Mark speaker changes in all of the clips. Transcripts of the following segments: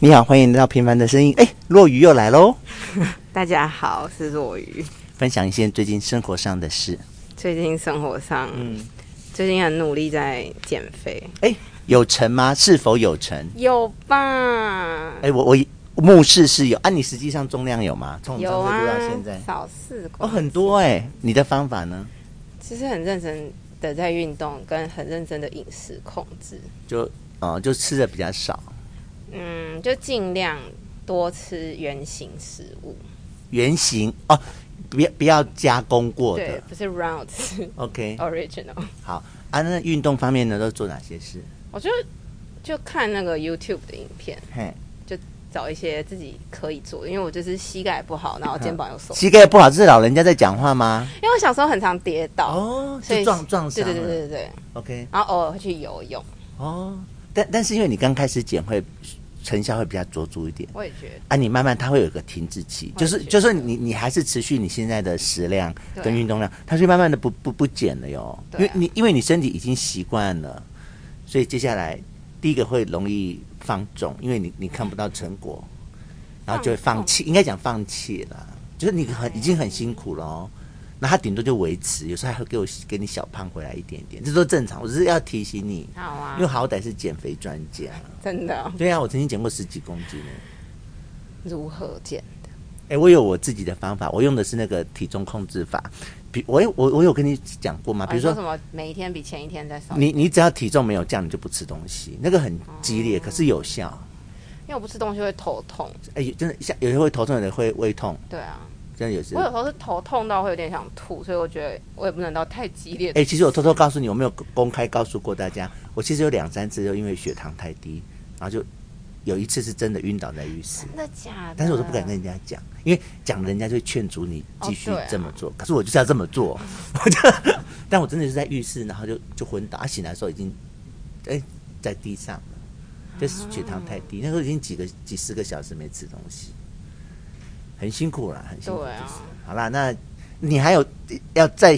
Speaker 1: 你好，欢迎来到《平凡的声音》。哎，落雨又来喽，
Speaker 2: 大家好，我是若愚。
Speaker 1: 分享一些最近生活上的事。
Speaker 2: 最近生活上，
Speaker 1: 嗯，
Speaker 2: 最近很努力在减肥，
Speaker 1: 哎，有成吗？是否有成？
Speaker 2: 有吧？
Speaker 1: 哎，我我目视是有啊，你实际上重量有吗？从我们
Speaker 2: 有
Speaker 1: 上次
Speaker 2: 啊
Speaker 1: 录到现在，，
Speaker 2: 少四
Speaker 1: 哦，
Speaker 2: 公斤
Speaker 1: 很多哎、你的方法呢？
Speaker 2: 其实很认真的在运动，跟很认真的饮食控制，
Speaker 1: 就呃，就吃的比较少，
Speaker 2: 嗯，就尽量多吃原形食物，
Speaker 1: 原形哦，不要不要加工过
Speaker 2: 对
Speaker 1: 的。，
Speaker 2: 不是 round 吃
Speaker 1: OK，
Speaker 2: original。
Speaker 1: 好啊，那运动方面呢，都做哪些事？
Speaker 2: 我就就看那个 YouTube 的影片，
Speaker 1: 嘿，
Speaker 2: 找一些自己可以做的，因为我就是膝盖不好，然后肩膀又受，
Speaker 1: 膝盖不好，这是老人家在讲话吗？
Speaker 2: 因为我小时候很常跌倒，
Speaker 1: 哦，
Speaker 2: 所
Speaker 1: 就
Speaker 2: 以
Speaker 1: 撞撞
Speaker 2: 对
Speaker 1: 伤了。
Speaker 2: 对对对对，
Speaker 1: OK，
Speaker 2: 然后偶尔会去游泳，
Speaker 1: 哦，但但是因为你刚开始减会成效会比较卓著一点
Speaker 2: 我也觉得
Speaker 1: 啊，你慢慢它会有一个停滞期，就
Speaker 2: 也
Speaker 1: 是
Speaker 2: 觉得
Speaker 1: 就是你你还是持续你现在的食量
Speaker 2: 对啊
Speaker 1: 跟运动量，它是慢慢的不不不减了哟，因
Speaker 2: 对
Speaker 1: 为
Speaker 2: 啊
Speaker 1: 你因为你身体已经习惯了，所以接下来第一个会容易放纵，因为你你看不到成果，然后就会放弃，应该讲放弃了，就是你很已经很辛苦了哦。那他顶多就维持，有时候还会给我给你小胖回来一点点，这都正常。我只是要提醒你，
Speaker 2: 好啊
Speaker 1: 因为，好歹是减肥专家。
Speaker 2: 真的
Speaker 1: 对啊，我曾经减过十几公斤呢。
Speaker 2: 如何减？
Speaker 1: 哎，我有我自己的方法，我用的是那个体重控制法。比我有我我有跟你讲过吗？
Speaker 2: 啊
Speaker 1: 比如
Speaker 2: 你说
Speaker 1: 说
Speaker 2: 什么每一天比前一天再少，
Speaker 1: 你你只要体重没有降，你就不吃东西，那个很激烈，可是有效。
Speaker 2: 因为我不吃东西会头痛，
Speaker 1: 哎，真的像有些会头痛，有的会胃痛，
Speaker 2: 对啊，
Speaker 1: 真的有时
Speaker 2: 我有。时候是头痛到会有点想吐，所以我觉得我也不能到太激烈的
Speaker 1: 哎，其实我偷偷告诉你，我没有公开告诉过大家，我其实有两三次就因为血糖太低，然后就有一次是真的晕倒在浴室。
Speaker 2: 真的假的？
Speaker 1: 但是我都不敢跟人家讲，因为讲人家就会劝阻你继续
Speaker 2: 哦对啊
Speaker 1: 这么做。可是我就是要这么 做，我就，但我真的是在浴室，然后就就昏倒，啊、醒来的时候已经，哎、在地上了，就是血糖太低，那时候已经几个几十个小时没吃东西，很辛苦啦，很辛苦。
Speaker 2: 对啊
Speaker 1: 就是好啦，那你还有要再，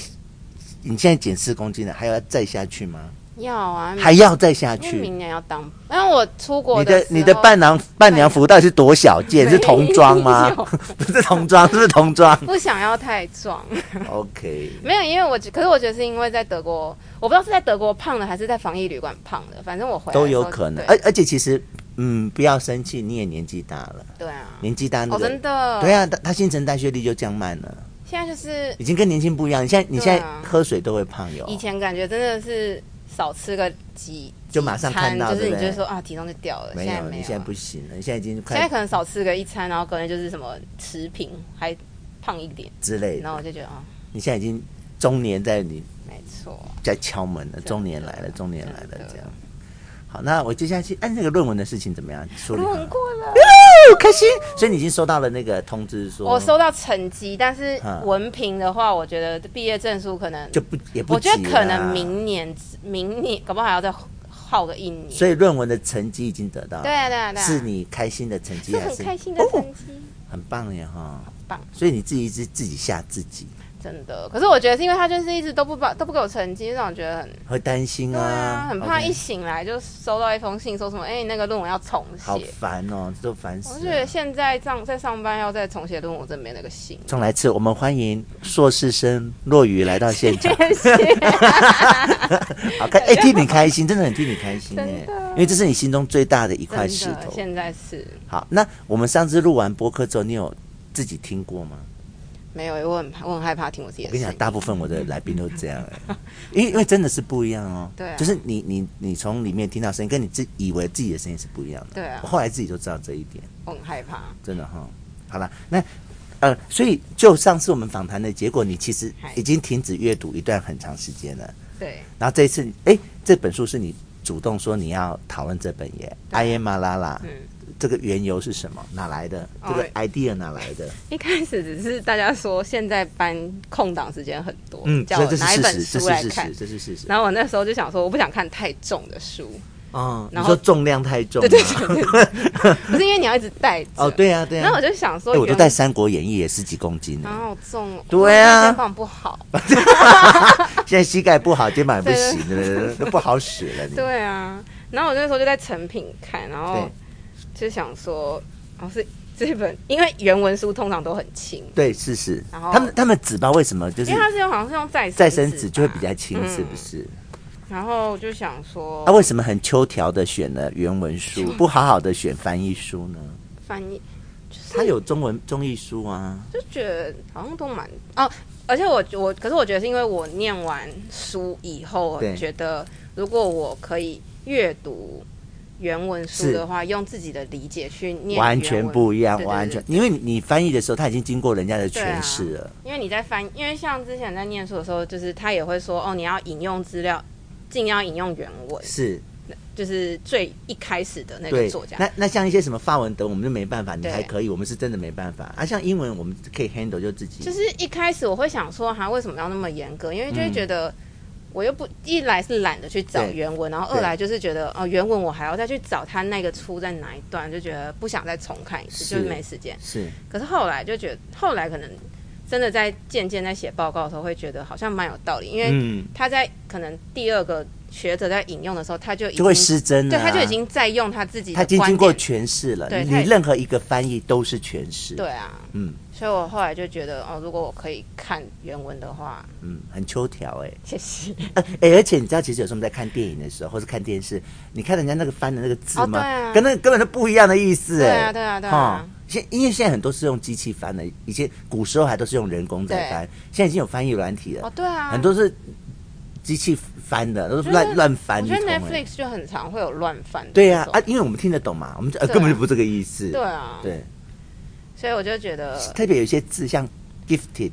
Speaker 1: 你现在减四公斤了，还要再下去吗？
Speaker 2: 要啊，
Speaker 1: 还要再下
Speaker 2: 因为
Speaker 1: 去？
Speaker 2: 明年要当，因为我出国
Speaker 1: 你的
Speaker 2: 时候哎
Speaker 1: 你的伴郎伴娘服到底是多小件？
Speaker 2: 没
Speaker 1: 是童装 吗
Speaker 2: 有？
Speaker 1: 不是童装，是童装。
Speaker 2: 不想要太壮，
Speaker 1: OK，
Speaker 2: 没有，因为我觉可是我觉得是因为在德国，我不知道是在德国胖的还是在防疫旅馆胖的，反正我回来的
Speaker 1: 都有
Speaker 2: 时候
Speaker 1: 可能。而
Speaker 2: 对
Speaker 1: 而且其实，嗯，不要生气，你也年纪大了，
Speaker 2: 对啊，
Speaker 1: 年纪大那
Speaker 2: 哦
Speaker 1: 个，
Speaker 2: 真的，
Speaker 1: 对啊，他他新陈代谢率就降慢了，
Speaker 2: 现在就是
Speaker 1: 已经跟年轻不一样。你现在你现
Speaker 2: 对
Speaker 1: 在
Speaker 2: 啊
Speaker 1: 喝水都会胖哟。
Speaker 2: 以前感觉真的是少吃个几
Speaker 1: 就马上
Speaker 2: 几餐
Speaker 1: 看到
Speaker 2: 就是
Speaker 1: 对不
Speaker 2: 你
Speaker 1: 对
Speaker 2: 就说啊体重就掉了，
Speaker 1: 没
Speaker 2: 现在
Speaker 1: 有，
Speaker 2: 没
Speaker 1: 你
Speaker 2: 有，啊
Speaker 1: 现在不行了，你现在已经
Speaker 2: 现在
Speaker 1: 快
Speaker 2: 可能少吃个一餐，然后可能就是什么持平还胖一点，
Speaker 1: 之类
Speaker 2: 然后
Speaker 1: 的，
Speaker 2: 我就觉得啊
Speaker 1: 你现在已经中年在你
Speaker 2: 没错，
Speaker 1: 在敲门了，中年来了，中年来了
Speaker 2: 真的
Speaker 1: 这样。好，那我接下去按那个论文的事情怎么样处理好了？
Speaker 2: 论过了，
Speaker 1: 哦开心，所以你已经收到了那个通知说，
Speaker 2: 我收到成绩，但是
Speaker 1: 嗯
Speaker 2: 文凭的话，我觉得毕业证书可能
Speaker 1: 就不也不
Speaker 2: 我
Speaker 1: 急啊
Speaker 2: 觉得可能
Speaker 1: 啦
Speaker 2: 明年明年搞不好还要再耗个一年，
Speaker 1: 所以论文的成绩已经得到了，
Speaker 2: 对啊对啊对啊，
Speaker 1: 是你开心的成绩
Speaker 2: 是
Speaker 1: 还
Speaker 2: 很
Speaker 1: 是哦
Speaker 2: 开心的成绩。
Speaker 1: 很棒耶哈，
Speaker 2: 棒。
Speaker 1: 所以你自己一直自己吓自己，
Speaker 2: 真的，可是我觉得是因为他就是一直都不把都不给我成绩，让我觉得很
Speaker 1: 会担心
Speaker 2: 对啊，很怕
Speaker 1: OK
Speaker 2: 一醒来就收到一封信，说什么哎、你那个论文要重
Speaker 1: 好
Speaker 2: 写。
Speaker 1: 烦哦，这都烦
Speaker 2: 我
Speaker 1: 死
Speaker 2: 觉得
Speaker 1: 了。
Speaker 2: 现在上在上班要再重写论文，我真没那个心。
Speaker 1: 重来一次，我们欢迎硕士生若雨来到现场，
Speaker 2: 谢谢，
Speaker 1: 好看，哎、替你开心，真的很替你开心哎
Speaker 2: 真，的
Speaker 1: 因为这是你心中最大的一块石
Speaker 2: 真的，
Speaker 1: 头。
Speaker 2: 现在是
Speaker 1: 好，那我们上次录完播客之后，你有自己听过吗？
Speaker 2: 没有，我很怕我很害怕听我自己
Speaker 1: 我
Speaker 2: 的
Speaker 1: 跟你
Speaker 2: 声
Speaker 1: 讲，
Speaker 2: 音。
Speaker 1: 大部分我的来宾都这样、 欸，因为因为真的是不一样哦。
Speaker 2: 对啊
Speaker 1: 就是你你你从里面听到声音，跟你自以为自己的声音是不一样的。
Speaker 2: 对啊
Speaker 1: 我后来自己就知道这一点，
Speaker 2: 我很害怕，
Speaker 1: 真的哈、好了，那呃，所以就上次我们访谈的结果，你其实
Speaker 2: 嗨
Speaker 1: 已经停止阅读一段很长时间了。
Speaker 2: 对
Speaker 1: 然后这一次，哎，这本书是你主动说你要讨论这本耶，《艾耶马拉拉》。
Speaker 2: 嗯
Speaker 1: 这个缘由是什么？哪来的？
Speaker 2: 哦
Speaker 1: 这个 idea 哪来的？
Speaker 2: 一开始只是大家说现在班空档时间很多，叫
Speaker 1: 嗯这
Speaker 2: 我
Speaker 1: 这是
Speaker 2: 拿一
Speaker 1: 事
Speaker 2: 本
Speaker 1: 实，这
Speaker 2: 书
Speaker 1: 是
Speaker 2: 来
Speaker 1: 事
Speaker 2: 看
Speaker 1: 实，。这是事实。
Speaker 2: 然后我那时候就想说，我不想看太重的书，
Speaker 1: 哦，你
Speaker 2: 然后
Speaker 1: 说重量太重吗，
Speaker 2: 对对对对对， 不是因为你要一直带着。
Speaker 1: 哦，对呀、啊，对呀、
Speaker 2: 然后
Speaker 1: 啊
Speaker 2: 我。就想说
Speaker 1: 哎，，我都
Speaker 2: 原
Speaker 1: 带《三国演义》也十几公斤呢、
Speaker 2: 然后重哦，
Speaker 1: 对啊
Speaker 2: 肩膀不好，
Speaker 1: 现在膝盖不好，肩膀也不
Speaker 2: 对
Speaker 1: 行了，都不好使了。你
Speaker 2: 对啊。然后我那时候就在成品看，然后
Speaker 1: 对
Speaker 2: 就想说，哦是这本，因为原文书通常都很轻，
Speaker 1: 对，是是。
Speaker 2: 然后
Speaker 1: 他们他们纸包为什么就是
Speaker 2: 因为它是用好像是用再
Speaker 1: 再
Speaker 2: 生
Speaker 1: 生纸就会比
Speaker 2: 吧
Speaker 1: 较轻，
Speaker 2: 嗯
Speaker 1: 是啊不是？
Speaker 2: 然后我就想说
Speaker 1: 那、，为什么很秋条的选了原文书，不好好的选翻译书呢？
Speaker 2: 翻译
Speaker 1: 他有中文中译书啊，
Speaker 2: 就觉得好像都蛮哦，而且我我可是我觉得是因为我念完书以后，
Speaker 1: 对
Speaker 2: 我觉得如果我可以阅读原文书
Speaker 1: 是
Speaker 2: 的话，用自己的理解去念，
Speaker 1: 完全不一样，
Speaker 2: 对对对啊
Speaker 1: 完全，因为你你翻译的时候，他已经经过人家的诠释了，
Speaker 2: 因为你在翻，因为像之前在念书的时候，就是他也会说哦，你要引用资料，尽量引用原文，
Speaker 1: 是
Speaker 2: 就是最一开始的那个
Speaker 1: 对
Speaker 2: 作。家。
Speaker 1: 那那像一些什么法文德，我们就没办法，你
Speaker 2: 对
Speaker 1: 还可以，我们是真的没办法啊。像英文，我们可以 handle 就自己，
Speaker 2: 就是一开始我会想说，哈，为什么要那么严格？因为就会
Speaker 1: 嗯
Speaker 2: 觉得我又不一来是懒得去找
Speaker 1: 对
Speaker 2: 原文，然后
Speaker 1: 对
Speaker 2: 二来就是觉得哦，原文我还要再去找他那个出在哪一段，就觉得不想再重看一次，
Speaker 1: 是
Speaker 2: 就是没时间。
Speaker 1: 是
Speaker 2: 可是后来就觉得，后来可能真的在渐渐在写报告的时候，会觉得好像蛮有道理，因为
Speaker 1: 嗯，
Speaker 2: 他在可能第二个学者在引用的时候，他就已经
Speaker 1: 就会失真了、
Speaker 2: 对，
Speaker 1: 啊，
Speaker 2: 他就已经在用他自己的
Speaker 1: 他已经
Speaker 2: 观
Speaker 1: 经过诠
Speaker 2: 点
Speaker 1: 释了，
Speaker 2: 对
Speaker 1: 你
Speaker 2: 他也
Speaker 1: 任何一个翻译都是诠释，
Speaker 2: 对啊，
Speaker 1: 嗯
Speaker 2: 所以我后来就觉得哦，如果我可以看原文的话，
Speaker 1: 嗯，很秋条哎、
Speaker 2: 谢谢。
Speaker 1: 哎、而且你知道，其实有时候我们在看电影的时候，或是看电视，你看人家那个翻的那个字
Speaker 2: 哦
Speaker 1: 吗？
Speaker 2: 对啊
Speaker 1: 跟那根本就不一样的意思、
Speaker 2: 对
Speaker 1: 哎
Speaker 2: 啊对啊对
Speaker 1: 哈
Speaker 2: 啊，
Speaker 1: 现因为现在很多是用机器翻的，以前古时候还都是用人工在
Speaker 2: 对
Speaker 1: 翻，现在已经有翻译软体了，
Speaker 2: 哦，对啊，
Speaker 1: 很多是机器翻的，都是
Speaker 2: 我觉得
Speaker 1: 乱乱翻
Speaker 2: 我
Speaker 1: 一
Speaker 2: 觉
Speaker 1: 通、
Speaker 2: 得
Speaker 1: 哎
Speaker 2: Netflix 就很常会有乱翻。
Speaker 1: 对呀、啊，，因为我们听得懂嘛，我们就、呃
Speaker 2: 对啊
Speaker 1: 根本就不这个意思。
Speaker 2: 对啊，
Speaker 1: 对，
Speaker 2: 所以我就觉得，
Speaker 1: 特别有一些字像 gifted，、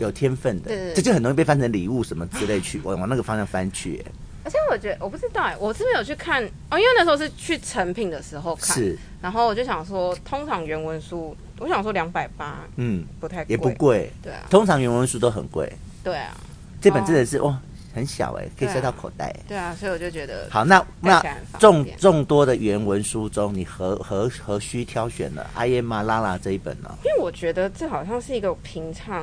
Speaker 1: 有天分的
Speaker 2: 嗯对对，对
Speaker 1: 这就很容易被翻成礼物什么之类去，往往那个方向翻去、哎
Speaker 2: 而且我觉得我不知道哎，我是不是有去看哦？因为那时候是去成品的时候看，
Speaker 1: 是，
Speaker 2: 然后我就想说，通常原文书，我想说两百八
Speaker 1: 嗯，
Speaker 2: 不太贵，
Speaker 1: 也不，贵，
Speaker 2: 对啊，
Speaker 1: 通常原文书都很贵。
Speaker 2: 对啊，
Speaker 1: 这本真的是哇、很小哎、可以塞到口袋、哎
Speaker 2: 对啊，所以我就觉得，
Speaker 1: 好，那
Speaker 2: 看
Speaker 1: 那
Speaker 2: 起来很方
Speaker 1: 众
Speaker 2: 便
Speaker 1: 众多的原文书中，你何何何须挑选了《阿耶玛拉拉》这一本呢、
Speaker 2: 因为我觉得这好像是一个平常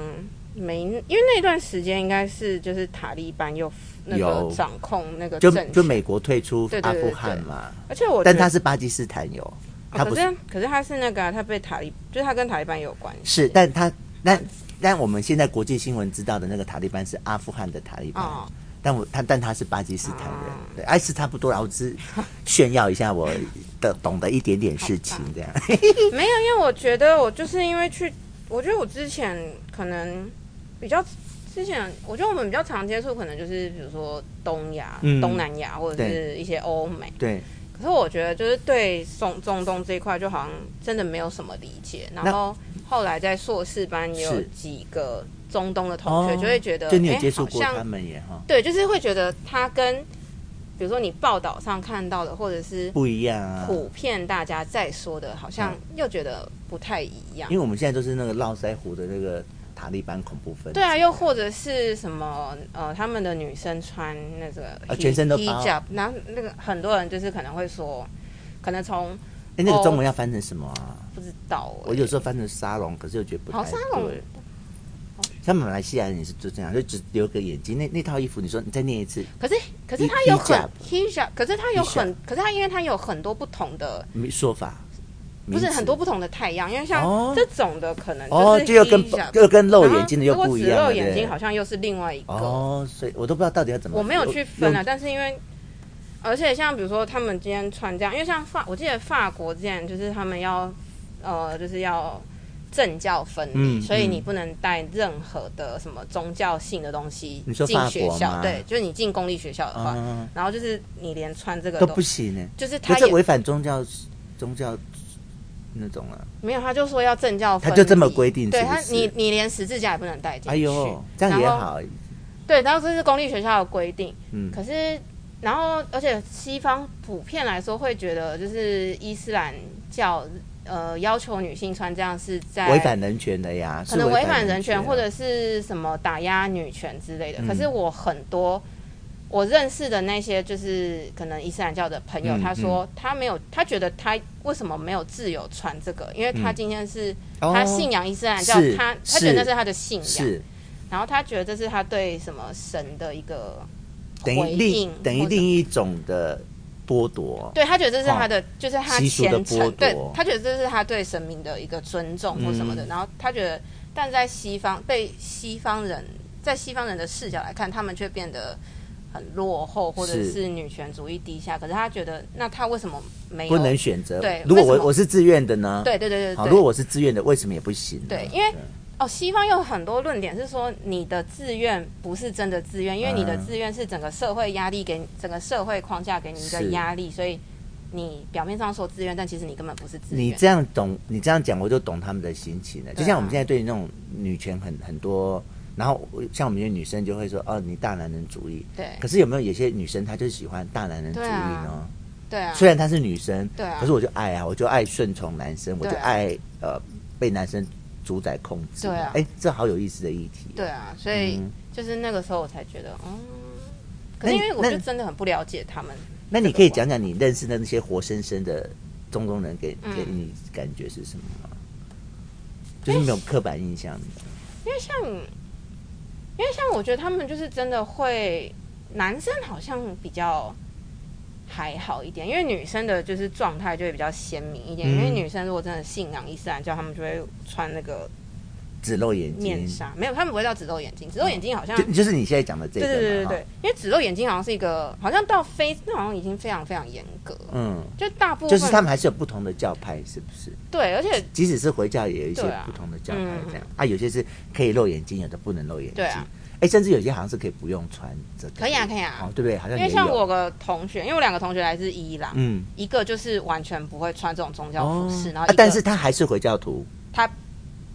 Speaker 2: 没，因为那段时间应该是就是塔利班又那个
Speaker 1: 有
Speaker 2: 掌控那个
Speaker 1: 就
Speaker 2: 政权，
Speaker 1: 就美国退出
Speaker 2: 对对
Speaker 1: 阿
Speaker 2: 对
Speaker 1: 富
Speaker 2: 对
Speaker 1: 汗嘛，
Speaker 2: 而且我觉
Speaker 1: 但
Speaker 2: 得
Speaker 1: 他是巴基斯坦有，
Speaker 2: 哦
Speaker 1: 他不
Speaker 2: 可
Speaker 1: 是、
Speaker 2: 是可是他是那个啊、他被塔利，就是他跟塔利班有关系。
Speaker 1: 是，但他但但我们现在国际新闻知道的那个塔利班是阿富汗的塔利班，
Speaker 2: 哦
Speaker 1: 但我他但他是巴基斯坦人，对，哎是差不多啦，我只是炫耀一下我的懂得一点点事情这样，
Speaker 2: 没有，因为我觉得我就是因为去，我觉得我之前可能比较之前，我觉得我们比较常接触可能就是比如说东亚、
Speaker 1: 嗯
Speaker 2: 东南亚或者是一些欧美，
Speaker 1: 对，
Speaker 2: 可是我觉得就是对中中东这一块就好像真的没有什么理解，然后后来在硕士班也有
Speaker 1: 是
Speaker 2: 几个中东的同学就会觉得，
Speaker 1: 哦就你有
Speaker 2: 哎
Speaker 1: 接触过
Speaker 2: 好像
Speaker 1: 他们也哦哈，
Speaker 2: 对，就是会觉得他跟比如说你报道上看到的，或者是
Speaker 1: 不一样啊，
Speaker 2: 普遍大家在说的，好像又觉得不太一样
Speaker 1: 嗯因。为我们现在都是那个络腮胡的那个塔利班恐怖分子，
Speaker 2: 对啊，又或者是什么呃，他们的女生穿那个
Speaker 1: 啊全身都包
Speaker 2: hijab，然后那个很多人就是可能会说，可能从
Speaker 1: 哎，
Speaker 2: 哦
Speaker 1: 那个中文要翻成什么啊？
Speaker 2: 不知道、欸，
Speaker 1: 我有时候翻成沙龙，可是又觉得不太
Speaker 2: 好沙龙
Speaker 1: 对。像马来西亚人也是就这样，就只留个眼睛。那那套衣服，你说你再念一次，
Speaker 2: 可是可是他有很
Speaker 1: hijab
Speaker 2: hijab，可是他有
Speaker 1: hijab
Speaker 2: 很，可是他因为他有很多不同的，
Speaker 1: 没说法，
Speaker 2: 不是
Speaker 1: 名词
Speaker 2: 很多不同的太阳，因为像
Speaker 1: 哦
Speaker 2: 这种的可能
Speaker 1: 哦，
Speaker 2: 是
Speaker 1: 就又跟
Speaker 2: hijab
Speaker 1: 又跟露
Speaker 2: 然后
Speaker 1: 眼睛的又
Speaker 2: 如果
Speaker 1: 不一
Speaker 2: 只
Speaker 1: 样，
Speaker 2: 露
Speaker 1: 对不
Speaker 2: 眼
Speaker 1: 对
Speaker 2: 睛好像又是另外一个。
Speaker 1: 哦，所以我都不知道到底要怎么。
Speaker 2: 我没有去分啊，
Speaker 1: 用
Speaker 2: 但是因为，而且像比如说他们今天穿这样，因为像法，我记得法国之前就是他们要，呃，就是要政教分离，
Speaker 1: 嗯
Speaker 2: 所以
Speaker 1: 嗯
Speaker 2: 你不能带任何的什么宗教性的东西
Speaker 1: 你说
Speaker 2: 进
Speaker 1: 法
Speaker 2: 学
Speaker 1: 国
Speaker 2: 校，
Speaker 1: 吗
Speaker 2: 对，就是你进公立学校的话，
Speaker 1: 啊
Speaker 2: 然后就是你连穿这个
Speaker 1: 都不行呢，
Speaker 2: 就是
Speaker 1: 那
Speaker 2: 他
Speaker 1: 这
Speaker 2: 也
Speaker 1: 违反宗教宗教那种啊。
Speaker 2: 没有，他就说要政教分
Speaker 1: 他
Speaker 2: 离，
Speaker 1: 就这么规定
Speaker 2: 对
Speaker 1: 是不
Speaker 2: 他，
Speaker 1: 是
Speaker 2: 你你连十字架也不能带进去，
Speaker 1: 哎呦，这样也
Speaker 2: 然后
Speaker 1: 好，
Speaker 2: 对，然后这是公立学校的规定，
Speaker 1: 嗯
Speaker 2: 可是然后而且西方普遍来说会觉得，就是伊斯兰教呃要求女性穿这样是在
Speaker 1: 违反人权的呀，
Speaker 2: 可
Speaker 1: 是
Speaker 2: 能
Speaker 1: 违
Speaker 2: 违反人权
Speaker 1: 权啊
Speaker 2: 或者是什么打压女权之类的。
Speaker 1: 嗯
Speaker 2: 可是我很多我认识的那些就是可能伊斯兰教的朋友，
Speaker 1: 嗯
Speaker 2: 他说他没有，他觉得他为什么没有自由穿这个？因为他今天是、
Speaker 1: 哦
Speaker 2: 他信仰伊斯兰教，
Speaker 1: 是
Speaker 2: 他他觉得那
Speaker 1: 是
Speaker 2: 是他的信仰。
Speaker 1: 是
Speaker 2: 然后他觉得这是他对什么神的一个
Speaker 1: 等于
Speaker 2: 回应
Speaker 1: 另等于
Speaker 2: 或者
Speaker 1: 另一种的剥夺，
Speaker 2: 对他觉得这是他的，就是他
Speaker 1: 习俗的
Speaker 2: 虔
Speaker 1: 剥
Speaker 2: 诚，
Speaker 1: 夺
Speaker 2: 对他觉得这是他对神明的一个尊重或什么
Speaker 1: 嗯
Speaker 2: 的。然后他觉得，但在西方被西方人在西方人的视角来看，他们却变得很落后，或者
Speaker 1: 是
Speaker 2: 是女权主义低下。可是他觉得，那他为什么没有？
Speaker 1: 不能选择。
Speaker 2: 对
Speaker 1: 如果
Speaker 2: 为什
Speaker 1: 我
Speaker 2: 么
Speaker 1: 我是自愿的呢？
Speaker 2: 对对对对
Speaker 1: 好，
Speaker 2: 对。
Speaker 1: 如果我是自愿的，为什么也不行呢？嗯
Speaker 2: 对因为哦，西方有很多论点是说你的自愿不是真的自愿，因为你的
Speaker 1: 嗯
Speaker 2: 自愿是整个社会压力给你整个社会框架给你一个
Speaker 1: 是
Speaker 2: 压力，所以你表面上说自愿，但其实你根本不是自
Speaker 1: 你
Speaker 2: 愿。
Speaker 1: 这样懂，你这样讲，我就懂他们的心情了。
Speaker 2: 对啊
Speaker 1: 就像我们现在对那种女权很很多，然后我像我们这些女生就会说，哦，你大男人主义。
Speaker 2: 对
Speaker 1: 可是有没有有些女生她就喜欢大男人主义
Speaker 2: 对
Speaker 1: 呢
Speaker 2: 啊？对啊，
Speaker 1: 虽然她是女生，
Speaker 2: 对啊
Speaker 1: 可是我就爱啊，我就爱顺从男生，我
Speaker 2: 对啊
Speaker 1: 就爱呃被男生主宰控制。
Speaker 2: 对啊
Speaker 1: 哎，这好有意思的议题。
Speaker 2: 对啊，所以
Speaker 1: 嗯
Speaker 2: 就是那个时候我才觉得，嗯，可
Speaker 1: 那
Speaker 2: 是
Speaker 1: 你
Speaker 2: 因为我
Speaker 1: 那
Speaker 2: 就真的很不了解他们。
Speaker 1: 那你可以讲讲你认识的那些活生生的中东人给
Speaker 2: 嗯
Speaker 1: 给你感觉是什么吗？就是没有刻板印象的。
Speaker 2: 因为像，因为像我觉得他们就是真的会，男生好像比较还好一点，因为女生的就是状态就会比较鲜明一点。因为
Speaker 1: 嗯
Speaker 2: 女生如果真的信仰伊斯兰教，他们就会穿那个
Speaker 1: 只露眼睛
Speaker 2: 面，纱，没有，他们不会到只露眼睛，只露眼睛好像。
Speaker 1: 就就是你现在讲的这
Speaker 2: 对
Speaker 1: 个嘛，
Speaker 2: 对对对
Speaker 1: 哈
Speaker 2: 对，因为只露眼睛好像是一个，好像到非那好像已经非常非常严格了，
Speaker 1: 嗯，
Speaker 2: 就大部
Speaker 1: 就
Speaker 2: 分
Speaker 1: 是他们还是有不同的教派，是不是？
Speaker 2: 对，而且
Speaker 1: 即使是回教，也有一些
Speaker 2: 对啊
Speaker 1: 不同的教派
Speaker 2: 嗯
Speaker 1: 这样啊有些是可以露眼睛，有的不能露眼睛。
Speaker 2: 对啊
Speaker 1: 哎，甚至有些好像是可以不用穿这个。
Speaker 2: 可以啊可以啊
Speaker 1: 哦，对不对？好像
Speaker 2: 因
Speaker 1: 也
Speaker 2: 为像我有
Speaker 1: 有。
Speaker 2: 个同学，因为我两个同学来自伊朗，
Speaker 1: 嗯，
Speaker 2: 一个就是完全不会穿这种宗教服饰，然后
Speaker 1: 啊
Speaker 2: 一个
Speaker 1: 但是他还是回教徒
Speaker 2: 他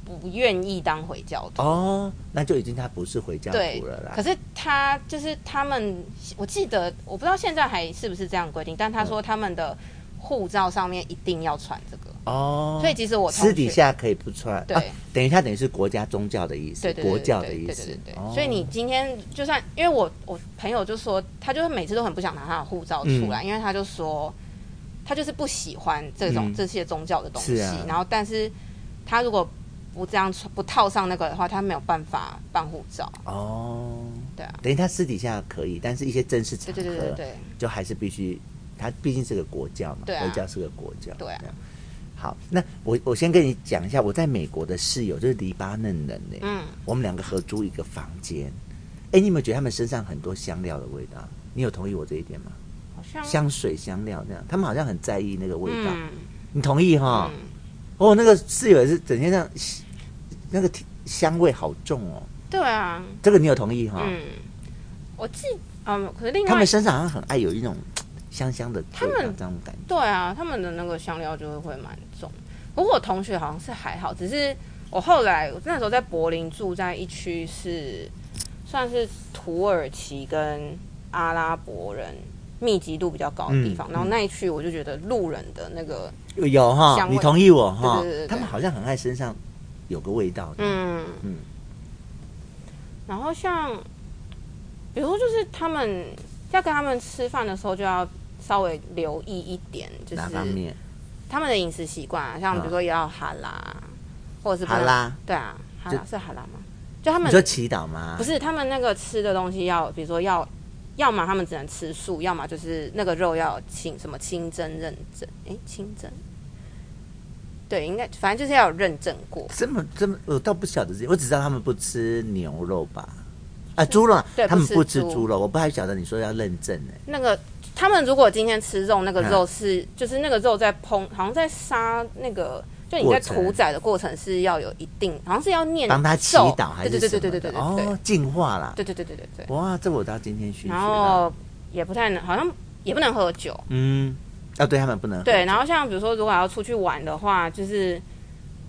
Speaker 2: 不愿意当回教徒。
Speaker 1: 哦，那就已经他不是回教
Speaker 2: 对
Speaker 1: 徒了啦。
Speaker 2: 可是他就是他们，我记得我不知道现在还是不是这样规定，但
Speaker 1: 嗯
Speaker 2: 他说他们的护照上面一定要穿这个，
Speaker 1: 哦，
Speaker 2: 所以其实我同学
Speaker 1: 私底下可以不穿，
Speaker 2: 对
Speaker 1: 啊等于它等于是国家宗教的意思，
Speaker 2: 对对对
Speaker 1: 国教的意
Speaker 2: 对
Speaker 1: 思。
Speaker 2: 对对对
Speaker 1: 哦
Speaker 2: 对。所以你今天就算，因为我我朋友就说，他就是每次都很不想拿他的护照出
Speaker 1: 嗯
Speaker 2: 来，因为他就说他就是不喜欢这种、
Speaker 1: 嗯
Speaker 2: 这些宗教的东西。
Speaker 1: 是啊
Speaker 2: 然后，但是他如果不这样穿不套上那个的话，他没有办法办护照。
Speaker 1: 哦，
Speaker 2: 对啊，
Speaker 1: 等于他私底下可以，但是一些正式场
Speaker 2: 对
Speaker 1: 合
Speaker 2: 对对对对
Speaker 1: 就还是必须，它毕竟是个国教嘛，
Speaker 2: 对啊
Speaker 1: 回教是个国教，
Speaker 2: 对啊
Speaker 1: 这样。好，那我我先跟你讲一下，我在美国的室友就是黎巴嫩人呢、
Speaker 2: 嗯，
Speaker 1: 我们两个合租一个房间。哎、你有没有觉得他们身上很多香料的味道？你有同意我这一点吗？
Speaker 2: 好像
Speaker 1: 香水、香料这样，他们好像很在意那个味道。
Speaker 2: 嗯
Speaker 1: 你同意哈？
Speaker 2: 嗯
Speaker 1: 哦，那个室友也是整天这样，那个体香味好重哦。
Speaker 2: 对啊，
Speaker 1: 这个你有同意哈？
Speaker 2: 嗯，我记嗯，可是另
Speaker 1: 他
Speaker 2: 外
Speaker 1: 们身上好像很爱有一种香香的味道，
Speaker 2: 他们
Speaker 1: 这种感觉。
Speaker 2: 对啊，他们的那个香料就会蛮重。不过我同学好像是还好，只是我后来我那时候在柏林住在一区是算是土耳其跟阿拉伯人密集度比较高的地方，
Speaker 1: 嗯
Speaker 2: 然后那一区我就觉得路人的那个
Speaker 1: 有有哈，
Speaker 2: 香味
Speaker 1: 你同意我哈？
Speaker 2: 对对对对对
Speaker 1: 他们好像很爱身上有个味道的。
Speaker 2: 嗯
Speaker 1: 嗯
Speaker 2: 然后像比如说就是他们要跟他们吃饭的时候就要稍微留意一点，就是
Speaker 1: 哪方面？
Speaker 2: 他们的饮食习惯、啊，像比如说也要哈拉，或者是不能
Speaker 1: 哈拉，
Speaker 2: 对啊，哈拉
Speaker 1: 就是
Speaker 2: 哈拉吗？就他
Speaker 1: 你
Speaker 2: 们
Speaker 1: 说祈祷吗？
Speaker 2: 不
Speaker 1: 是，
Speaker 2: 是他们那个吃的东西要，比如说要，要么他们只能吃素，要么就是那个肉要清什么清真认证，诶，清真，对，应该反正就是要有认证过，
Speaker 1: 这么这么，我倒不晓得这些，我只知道他们不吃牛肉吧？啊，猪肉
Speaker 2: 对，
Speaker 1: 他们
Speaker 2: 不吃
Speaker 1: 不吃
Speaker 2: 猪
Speaker 1: 猪肉，我不太晓得你说要认证欸呢。
Speaker 2: 那个他们如果今天吃肉，那个
Speaker 1: 嗯
Speaker 2: 肉是、就是那个肉在烹，好像在杀那个，就你在
Speaker 1: 过程
Speaker 2: 屠宰的过程是要有一定，好像是要念
Speaker 1: 帮他祈
Speaker 2: 咒
Speaker 1: 祷还是
Speaker 2: 嗯对对
Speaker 1: 什么
Speaker 2: 对对对对
Speaker 1: 的
Speaker 2: 对
Speaker 1: 哦，净化啦。
Speaker 2: 对对对对对对对，
Speaker 1: 哇，这我到今天学学
Speaker 2: 然
Speaker 1: 到。
Speaker 2: 后也不太能，好像也不能喝酒，
Speaker 1: 嗯，啊，对他们不能喝
Speaker 2: 对，然后像比如说如果要出去玩的话，就是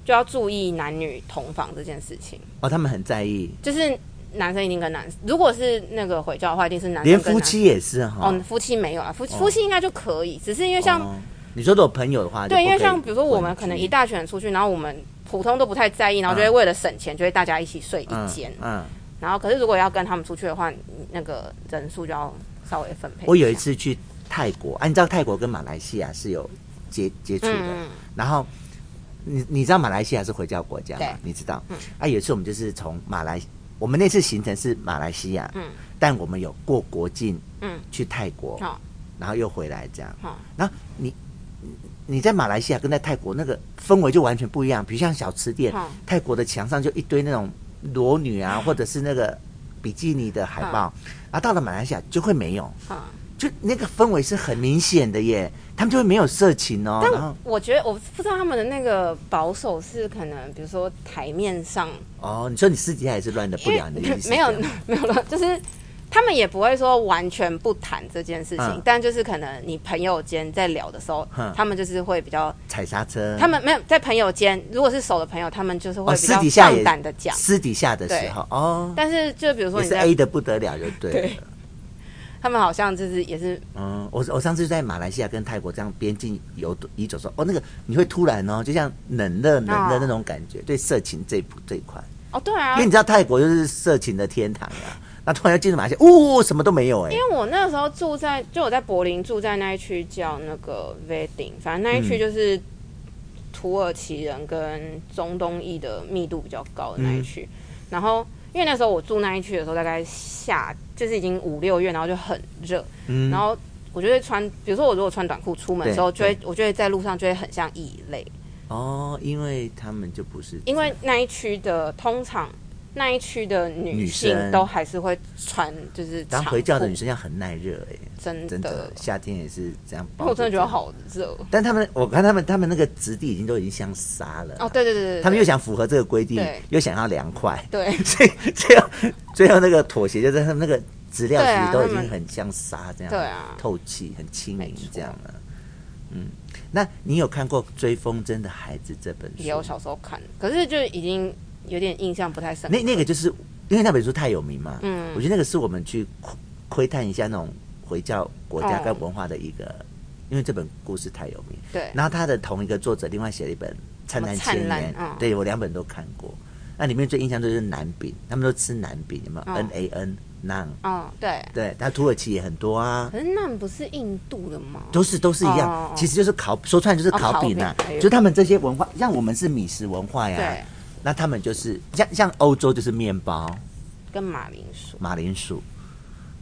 Speaker 2: 就要注意男女同房这件事情，
Speaker 1: 哦，他们很在意，
Speaker 2: 就是男生一定跟男，如果是那个回教的话，一定是男
Speaker 1: 连
Speaker 2: 生跟
Speaker 1: 夫
Speaker 2: 男
Speaker 1: 妻也是哈。
Speaker 2: 哦，夫妻没有啊，夫夫妻应该就可以，只是因为像
Speaker 1: 哦你说的我朋友的话就不可
Speaker 2: 对，
Speaker 1: 以
Speaker 2: 因
Speaker 1: 混居，
Speaker 2: 为像比如说我们可能一大群人出去，然后我们普通都不太在意，然后就会为了省钱，就会大家一起睡一间。
Speaker 1: 嗯嗯，嗯
Speaker 2: 然后可是如果要跟他们出去的话，你那个人数就要稍微分配下。
Speaker 1: 我有一次去泰国，啊，你知道泰国跟马来西亚是有接接触的，
Speaker 2: 嗯，
Speaker 1: 然后你你知道马来西亚是回教国家
Speaker 2: 对嗯
Speaker 1: 吗？你知道？啊，有一次我们就是从马来，我们那次行程是马来西亚，
Speaker 2: 嗯，
Speaker 1: 但我们有过国境，
Speaker 2: 嗯，
Speaker 1: 去泰国，
Speaker 2: 好
Speaker 1: 然后又回来这样。
Speaker 2: 好
Speaker 1: 然后你你你在马来西亚跟在泰国那个氛围就完全不一样，比如像小吃店
Speaker 2: 好，
Speaker 1: 泰国的墙上就一堆那种裸女啊，或者是那个比基尼的海报，啊，到了马来西亚就会没有，
Speaker 2: 好。
Speaker 1: 就那个氛围是很明显的耶，他们就会没有色情哦，然
Speaker 2: 但
Speaker 1: 后
Speaker 2: 我觉得我不知道他们的那个保守是可能，比如说台面上，
Speaker 1: 哦，你说你私底下也是乱的不
Speaker 2: 因为
Speaker 1: 良的意思，
Speaker 2: 没有
Speaker 1: 这样
Speaker 2: 没有了，就是他们也不会说完全不谈这件事情，
Speaker 1: 嗯
Speaker 2: 但就是可能你朋友间在聊的时候，
Speaker 1: 嗯
Speaker 2: 他们就是会比较，
Speaker 1: 踩刹车，
Speaker 2: 他们没有在朋友间，如果是熟的朋友，他们就是会
Speaker 1: 哦
Speaker 2: 比
Speaker 1: 私
Speaker 2: 较
Speaker 1: 底下
Speaker 2: 放
Speaker 1: 也
Speaker 2: 胆的讲，
Speaker 1: 私底下的时候哦，
Speaker 2: 但是就比如说
Speaker 1: 也
Speaker 2: 你
Speaker 1: 是
Speaker 2: 在
Speaker 1: A 的不得了就对了。
Speaker 2: 对他们好像就是也是
Speaker 1: 嗯，我我上次在马来西亚跟泰国这样边境游移走的时候，哦，那个你会突然哦，就像冷热冷热
Speaker 2: 哦
Speaker 1: 那种感觉，对色情这一步这一块，
Speaker 2: 哦对啊
Speaker 1: 因为，你知道泰国就是色情的天堂啊，那突然要进入马来西亚，哦，什么都没有哎、
Speaker 2: 因为我那时候住在，就我在柏林住在那一区叫那个 Veding，反正那一
Speaker 1: 嗯
Speaker 2: 区就是土耳其人跟中东裔的密度比较高的那一
Speaker 1: 嗯
Speaker 2: 区。然后因为那时候我住那一区的时候，大概夏就是已经五六月，然后就很热，
Speaker 1: 嗯
Speaker 2: 然后我就会穿，比如说我如果穿短裤出门的时候，
Speaker 1: 对
Speaker 2: 就会我就会在路上就会很像异类，
Speaker 1: 哦，因为他们就不是
Speaker 2: 因为那一区的通常。那一区的女
Speaker 1: 女
Speaker 2: 性
Speaker 1: 生
Speaker 2: 都还是会穿，就是
Speaker 1: 当
Speaker 2: 长
Speaker 1: 回教的
Speaker 2: 裤
Speaker 1: 女生要很耐热哎、
Speaker 2: 真
Speaker 1: 真
Speaker 2: 的
Speaker 1: 的，夏天也是这样包。
Speaker 2: 我真的觉得，好热。哦
Speaker 1: 但他们我看他们他们那个质地已经都已经像纱了啊
Speaker 2: 哦，对对对对，对
Speaker 1: 他们又想符合这个规定
Speaker 2: 对，
Speaker 1: 又想要凉快。
Speaker 2: 对，
Speaker 1: 所以最后最后那个妥协就是他们那个资料其实都已
Speaker 2: 对啊
Speaker 1: 经
Speaker 2: 那么
Speaker 1: 很像纱这样，
Speaker 2: 对啊
Speaker 1: 透气很轻
Speaker 2: 没
Speaker 1: 盈
Speaker 2: 错
Speaker 1: 这样了、嗯，那你有看过《追风筝的孩子》这本
Speaker 2: 也有
Speaker 1: 书？
Speaker 2: 小时候看，可是就已经有点印象不太深刻。
Speaker 1: 那那个就是因为那本书太有名嘛，
Speaker 2: 嗯
Speaker 1: 我觉得那个是我们去窥窥探一下那种回教国家跟文化的一个，因为这本故事太有名。
Speaker 2: 哦对，
Speaker 1: 然后他的同一个作者另外写了一本《灿烂
Speaker 2: 什么
Speaker 1: 千
Speaker 2: 灿烂
Speaker 1: 年》
Speaker 2: 嗯
Speaker 1: 对我两本都看过。那里面最印象就是南饼，他们都吃南饼，有没有、
Speaker 2: 哦
Speaker 1: n A N nan？
Speaker 2: 嗯，对。
Speaker 1: 对，但土耳其也很多啊，
Speaker 2: 可是那不是印度的吗？
Speaker 1: 都是都是一样，
Speaker 2: 嗯哦哦哦
Speaker 1: 其实就是烤，说穿就是
Speaker 2: 哦
Speaker 1: 烤
Speaker 2: 烤
Speaker 1: 饼啊，
Speaker 2: 饼哎呦
Speaker 1: 就他们这些文化，像我们是米食文化呀
Speaker 2: 对，
Speaker 1: 那他们就是像像欧洲就是面包、
Speaker 2: 跟马铃薯。
Speaker 1: 马铃薯，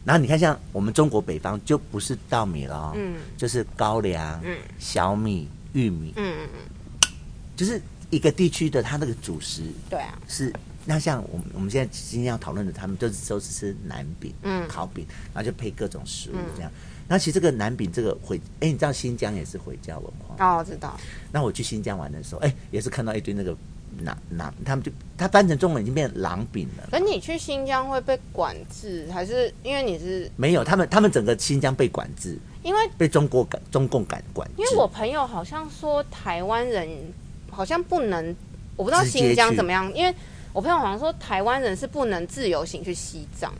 Speaker 1: 然后你看像我们中国北方就不是稻米了、哦，
Speaker 2: 嗯
Speaker 1: 就是高粱、
Speaker 2: 嗯
Speaker 1: 小米、玉米，
Speaker 2: 嗯嗯嗯，
Speaker 1: 就是一个地区的它那个主食
Speaker 2: 对啊，
Speaker 1: 是。那像我们我们现在今天要讨论的，他们就是都是吃南饼，
Speaker 2: 嗯
Speaker 1: 烤饼，然后就配各种食物这样。那其实这个南饼这个回，哎，你知道新疆也是回教文化。
Speaker 2: 哦，我知道。
Speaker 1: 那我去新疆玩的时候，哎，也是看到一堆那个馕馕，他们就它翻成中文已经变狼饼了。
Speaker 2: 可你去新疆会被管制，还是因为你是
Speaker 1: 没有，他们他们整个新疆被管制，
Speaker 2: 因为
Speaker 1: 被中国管中共管管制。
Speaker 2: 因为我朋友好像说台湾人好像不能，我不知道
Speaker 1: 直接
Speaker 2: 新疆
Speaker 1: 去
Speaker 2: 怎么样，因为我朋友好像说台湾人是不能自由行去西藏。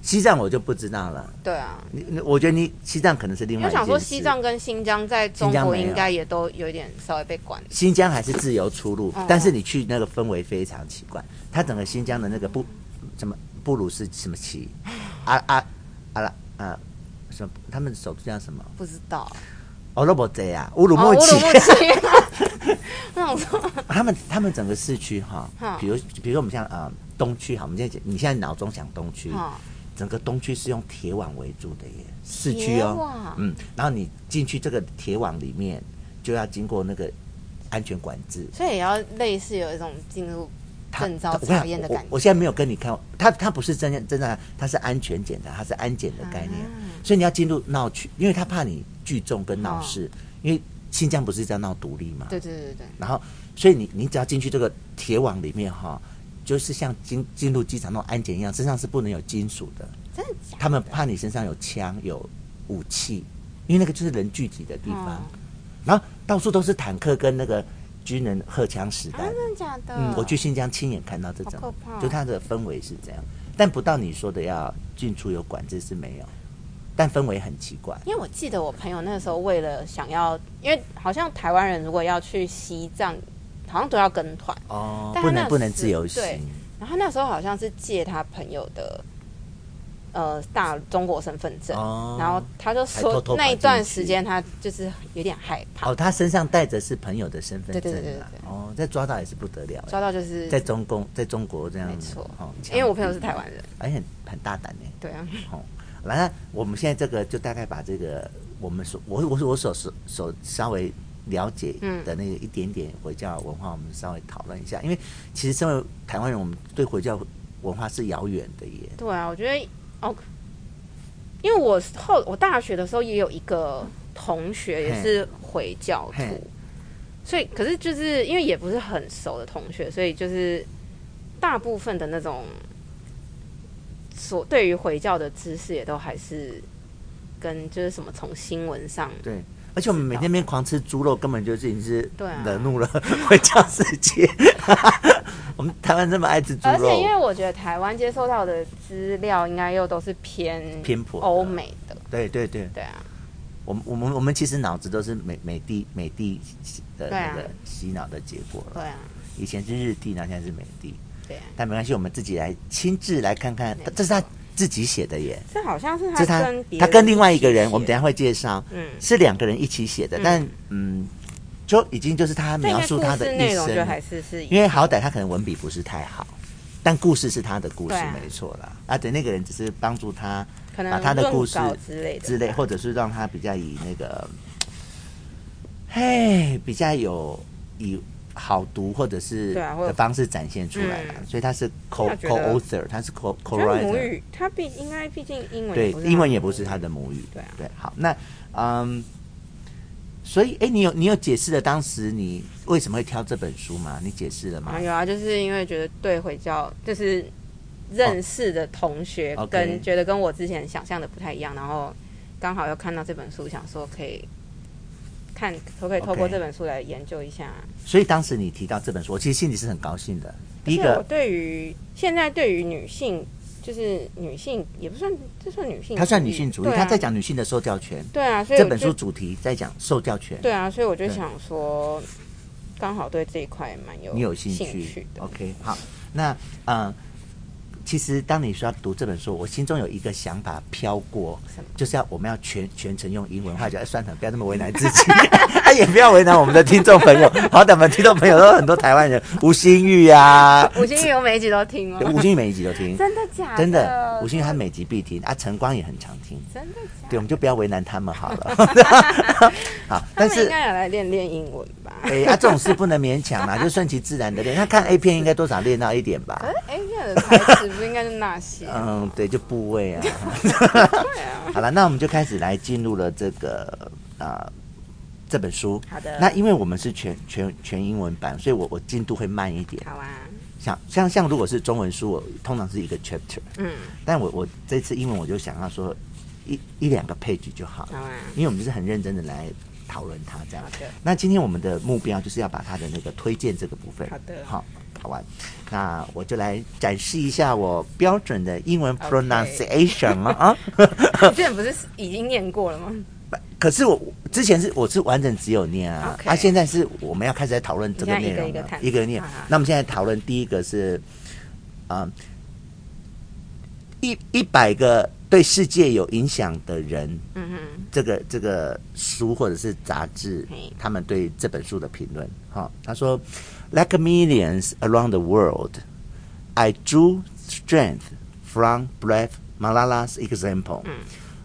Speaker 1: 西藏我就不知道了，
Speaker 2: 对啊，
Speaker 1: 你你我觉得你西藏可能是另
Speaker 2: 因
Speaker 1: 外
Speaker 2: 为
Speaker 1: 一件
Speaker 2: 想
Speaker 1: 事。
Speaker 2: 说西藏跟新疆在中
Speaker 1: 新疆
Speaker 2: 国
Speaker 1: 没有
Speaker 2: 应该也都有一点稍微被管。
Speaker 1: 新疆还是自由出入，
Speaker 2: 嗯
Speaker 1: 但是你去那个氛围非常奇怪。它整个新疆的那个布什么布鲁斯什么旗，阿阿阿拉啊什么，他们首都叫什么？
Speaker 2: 不知道，
Speaker 1: 哦，罗伯贼啊，乌鲁
Speaker 2: 哦，乌
Speaker 1: 木齐。
Speaker 2: 鲁木齐。那种说，
Speaker 1: 他们他们整个市区哈
Speaker 2: 嗯，
Speaker 1: 比如比如说我们像呃东区哈，我们现在讲你现在脑中想东区，
Speaker 2: 哈，
Speaker 1: 整个东区是用铁网围住的耶，市区
Speaker 2: 铁
Speaker 1: 哦
Speaker 2: 网，
Speaker 1: 嗯，然后你进去这个铁网里面，就要经过那个安全管制。
Speaker 2: 所以也要类似有一种进入
Speaker 1: 他
Speaker 2: 证照
Speaker 1: 我跟你
Speaker 2: 查
Speaker 1: 讲
Speaker 2: 验的
Speaker 1: 我
Speaker 2: 感觉
Speaker 1: 我。现在没有跟你看，它它不是真正真的，它是安全检查，它是安检的
Speaker 2: 啊
Speaker 1: 概念，所以你要进入闹区，因为他怕你聚众跟闹事，因为新疆不是在闹独立嘛，
Speaker 2: 哦对对对对对，
Speaker 1: 然后，所以你你只要进去这个铁网里面哈，就是像进进入机场那种安检一样，身上是不能有金属的。
Speaker 2: 真的假的？
Speaker 1: 他们怕你身上有枪有武器，因为那个就是人聚集的地方。
Speaker 2: 哦
Speaker 1: 然后到处都是坦克跟那个军人荷枪实
Speaker 2: 啊，
Speaker 1: 弹。
Speaker 2: 真的假的？
Speaker 1: 嗯，我去新疆亲眼看到这种
Speaker 2: 好可怕哦，
Speaker 1: 就它的氛围是这样，但不到你说的要进出有管制是没有，但氛围很奇怪。
Speaker 2: 因为我记得我朋友那时候为了想要，因为好像台湾人如果要去西藏，好像都要跟团。
Speaker 1: 哦，
Speaker 2: 但
Speaker 1: 不
Speaker 2: 它那
Speaker 1: 能
Speaker 2: 个
Speaker 1: 不能
Speaker 2: 是
Speaker 1: 自由行。
Speaker 2: 对然后他那时候好像是借他朋友的呃大中国身份证，
Speaker 1: 哦
Speaker 2: 然后他就
Speaker 1: 还
Speaker 2: 说
Speaker 1: 偷偷
Speaker 2: 那一
Speaker 1: 跑进
Speaker 2: 段
Speaker 1: 去
Speaker 2: 时间他就是有点害怕，
Speaker 1: 哦，他身上带着是朋友的身份证、啊，
Speaker 2: 对对对对对
Speaker 1: 哦，再抓到也是不得了，欸
Speaker 2: 抓到就是
Speaker 1: 在中共在中国这样，
Speaker 2: 没错
Speaker 1: 哦，哎
Speaker 2: 因为我朋友是台湾人，
Speaker 1: 而且很很大胆呢，欸
Speaker 2: 对啊，
Speaker 1: 哦，完了，我们现在这个就大概把这个我们所我我我所所所稍微了解
Speaker 2: 嗯
Speaker 1: 的那个一点点回教文化，我们稍微讨论一下，因为其实身为台湾人，我们对回教文化是遥远的耶。
Speaker 2: 对啊，我觉得哦，因为我后我大学的时候也有一个同学也是回教徒
Speaker 1: 嘿，
Speaker 2: 所以可是就是因为也不是很熟的同学，所以就是大部分的那种所对于回教的知识也都还是跟就是什么从新闻上
Speaker 1: 对，而且我们每天边狂吃猪肉，根本就是已经是
Speaker 2: 对啊
Speaker 1: 惹怒了回教世界。 我们台湾这么爱吃猪
Speaker 2: 而且因为
Speaker 1: 肉，
Speaker 2: 我觉得台湾接受到的资料应该又都是偏
Speaker 1: 偏颇的
Speaker 2: 欧美的，
Speaker 1: 对对对，
Speaker 2: 对啊，
Speaker 1: 我们我们我们其实脑子都是美美帝美帝的
Speaker 2: 对
Speaker 1: 那
Speaker 2: 啊
Speaker 1: 个洗脑的结果了。
Speaker 2: 对啊，
Speaker 1: 以前是日帝，然后现在是美帝，
Speaker 2: 对啊。
Speaker 1: 但没关系，我们自己来亲自来看看
Speaker 2: 没错，
Speaker 1: 这是他自己写的耶。
Speaker 2: 这好像是
Speaker 1: 这是
Speaker 2: 他
Speaker 1: 他
Speaker 2: 跟别
Speaker 1: 他
Speaker 2: 人
Speaker 1: 跟另外一个
Speaker 2: 一起
Speaker 1: 人，
Speaker 2: 写
Speaker 1: 我们等一下会介绍，
Speaker 2: 嗯
Speaker 1: 是两个人一起写的，
Speaker 2: 嗯
Speaker 1: 但嗯，就已经就是他
Speaker 2: 这应
Speaker 1: 描
Speaker 2: 该
Speaker 1: 述
Speaker 2: 故
Speaker 1: 他
Speaker 2: 事
Speaker 1: 的一
Speaker 2: 内容
Speaker 1: 生
Speaker 2: 就还
Speaker 1: 了，
Speaker 2: 是是一
Speaker 1: 因为好歹他可能文笔不是太好，但故事是他的故事，
Speaker 2: 对啊
Speaker 1: 没错啦。啊，对，那个人只是帮助他
Speaker 2: 可能
Speaker 1: 把他的
Speaker 2: 论
Speaker 1: 故事
Speaker 2: 稿之类的
Speaker 1: 之类，
Speaker 2: 吧
Speaker 1: 或者是让他比较以那个，嘿，比较有以好读或者是
Speaker 2: 对啊或者
Speaker 1: 的方式展现出来啦啊
Speaker 2: 嗯
Speaker 1: 所以他是 co
Speaker 2: 那觉
Speaker 1: co
Speaker 2: 得
Speaker 1: author，他是 co co
Speaker 2: 我觉得
Speaker 1: writer。
Speaker 2: 母语，他毕应该毕竟英文
Speaker 1: 对
Speaker 2: 也不，是
Speaker 1: 英
Speaker 2: 他
Speaker 1: 文
Speaker 2: 的
Speaker 1: 也
Speaker 2: 母
Speaker 1: 不是
Speaker 2: 语
Speaker 1: 他的母语。
Speaker 2: 对啊
Speaker 1: 对，好，那嗯，所以哎，诶你有你有解释了当时你为什么会挑这本书吗？你解释了吗
Speaker 2: 啊，？有啊，就是因为觉得对回教就是认识的同学
Speaker 1: 哦哦，OK
Speaker 2: 跟、觉得跟我之前想象的不太一样，然后刚好又看到这本书，想说可以看可不可以透过
Speaker 1: OK
Speaker 2: 这本书来研究一下。
Speaker 1: 所以当时你提到这本书，我其实心里是很高兴的。第一
Speaker 2: 而且我
Speaker 1: 个，
Speaker 2: 对于现在对于女性，就是女性也不算，这算女性主义，
Speaker 1: 他算女性主义，
Speaker 2: 对啊、
Speaker 1: 他在讲女性的受教权。
Speaker 2: 对啊，所以
Speaker 1: 这
Speaker 2: 我
Speaker 1: 本
Speaker 2: 就
Speaker 1: 书主题在讲受教权，
Speaker 2: 对啊，所以我就
Speaker 1: 对
Speaker 2: 想说，刚好对这一块蛮有
Speaker 1: 你有兴
Speaker 2: 兴
Speaker 1: 趣
Speaker 2: 的。
Speaker 1: o k 好，那嗯。其实，当你说要读这本书，我心中有一个想法飘过
Speaker 2: 什么，
Speaker 1: 就是要我们要全全程用英文话讲。哎，算了，不要那么为难自己， 啊，也不要为难我们的听众朋友。好歹我们听众朋友都有很多台湾人，吴新玉啊，
Speaker 2: 五星有每一集都听
Speaker 1: 对吴
Speaker 2: 哦，
Speaker 1: 新玉每一集都听，
Speaker 2: 真的假
Speaker 1: 真
Speaker 2: 的
Speaker 1: 的，吴新玉他每集必听啊，晨光也很常听。
Speaker 2: 真的假的？
Speaker 1: 对，我们就不要为难他们好 了。好，
Speaker 2: 他
Speaker 1: 但
Speaker 2: 们应
Speaker 1: 是。
Speaker 2: 该要来练练英文吧？
Speaker 1: 哎、啊，这种事不能勉强啦，就顺其自然的练。他看 A 片应该多少练到一点吧
Speaker 2: 可？是 A 哎片的台词不应该是那些？
Speaker 1: 嗯，对，就部位啊。
Speaker 2: 对啊，
Speaker 1: 好了，那我们就开始来进入了这个呃这本书。
Speaker 2: 好的
Speaker 1: 那因为我们是全全全英文版，所以我我进度会慢一点。
Speaker 2: 好啊，
Speaker 1: 像像像如果是中文书，我通常是一个 chapter，
Speaker 2: 嗯，
Speaker 1: 但我我这次英文我就想要说一一两个 page 就好了。
Speaker 2: 好啊，
Speaker 1: 因为我们是很认真的来讨论它这样
Speaker 2: 好的。
Speaker 1: 那今天我们的目标就是要把它的那个推荐这个部分，
Speaker 2: 好的
Speaker 1: 好，好玩。那我就来展示一下我标准的英文
Speaker 2: OK
Speaker 1: pronunciation 了啊。
Speaker 2: 你之前不是已经念过了吗？
Speaker 1: 可是我之前是我是完整只有念啊
Speaker 2: OK
Speaker 1: 啊，现在是我们要开始来讨论这个内容
Speaker 2: 你现在一个一个
Speaker 1: 了
Speaker 2: 探，讨
Speaker 1: 一个念
Speaker 2: 好好。
Speaker 1: 那我们现在讨论第一个是，嗯，一一百个对世界有影响的人
Speaker 2: 嗯哼，
Speaker 1: 这个这个书或者是杂志
Speaker 2: 嘿，
Speaker 1: 他们对这本书的评论。哈、他说，Like millions around the world, I drew strength from Brave Malala's example.
Speaker 2: 嗯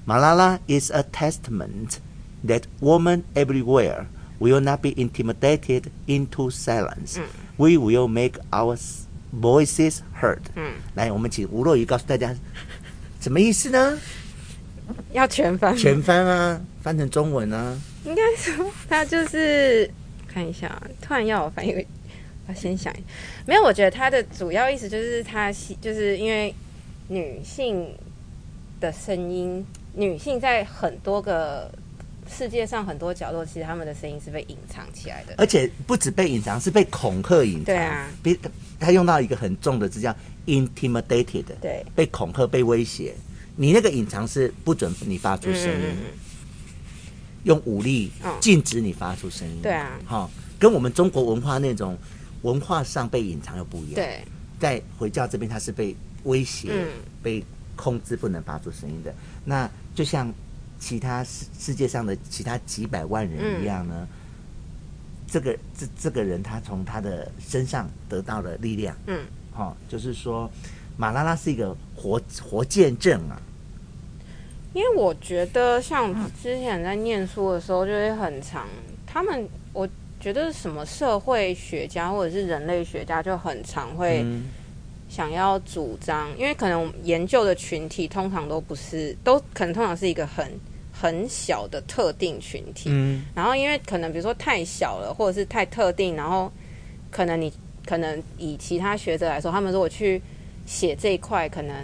Speaker 1: Malala is a testament that women everywhere will not be intimidated into silence.
Speaker 2: 嗯
Speaker 1: We will make our voices heard.
Speaker 2: 嗯
Speaker 1: 来，我们请吴若愚告诉大家，什么意思呢？
Speaker 2: 要全翻吗，
Speaker 1: 全翻啊，翻成中文啊。
Speaker 2: 应该说他就是看一下啊，突然要我翻译，我先想一下。没有，我觉得他的主要意思就是他希，就是因为女性的声音，女性在很多个世界上很多角落，其实她们的声音是被隐藏起来的。
Speaker 1: 而且不止被隐藏，是被恐吓隐藏。
Speaker 2: 对啊
Speaker 1: 被他用到一个很重的字叫 intimidated，
Speaker 2: 对，
Speaker 1: 被恐吓、被威胁。你那个隐藏是不准你发出声音，用武力
Speaker 2: 嗯
Speaker 1: 禁止你发出声音。
Speaker 2: 对啊
Speaker 1: 好、跟我们中国文化那种文化上被隐藏又不一样。，
Speaker 2: 对，
Speaker 1: 在回教这边，它是被威胁、
Speaker 2: 嗯
Speaker 1: 被控制，不能发出声音的。那就像其他世世界上的其他几百万人一样呢，
Speaker 2: 嗯
Speaker 1: 这个这这个人他从他的身上得到了力量，
Speaker 2: 嗯，
Speaker 1: 哈、就是说，马拉拉是一个活活见证啊，
Speaker 2: 因为我觉得像之前在念书的时候，就会很常他们，我觉得什么社会学家或者是人类学家就很常会
Speaker 1: 嗯
Speaker 2: 想要主张，因为可能我们研究的群体通常都不是，都可能通常是一个很很小的特定群体，
Speaker 1: 嗯
Speaker 2: 然后因为可能比如说太小了，或者是太特定，然后可能你可能以其他学者来说，他们如果去写这一块，可能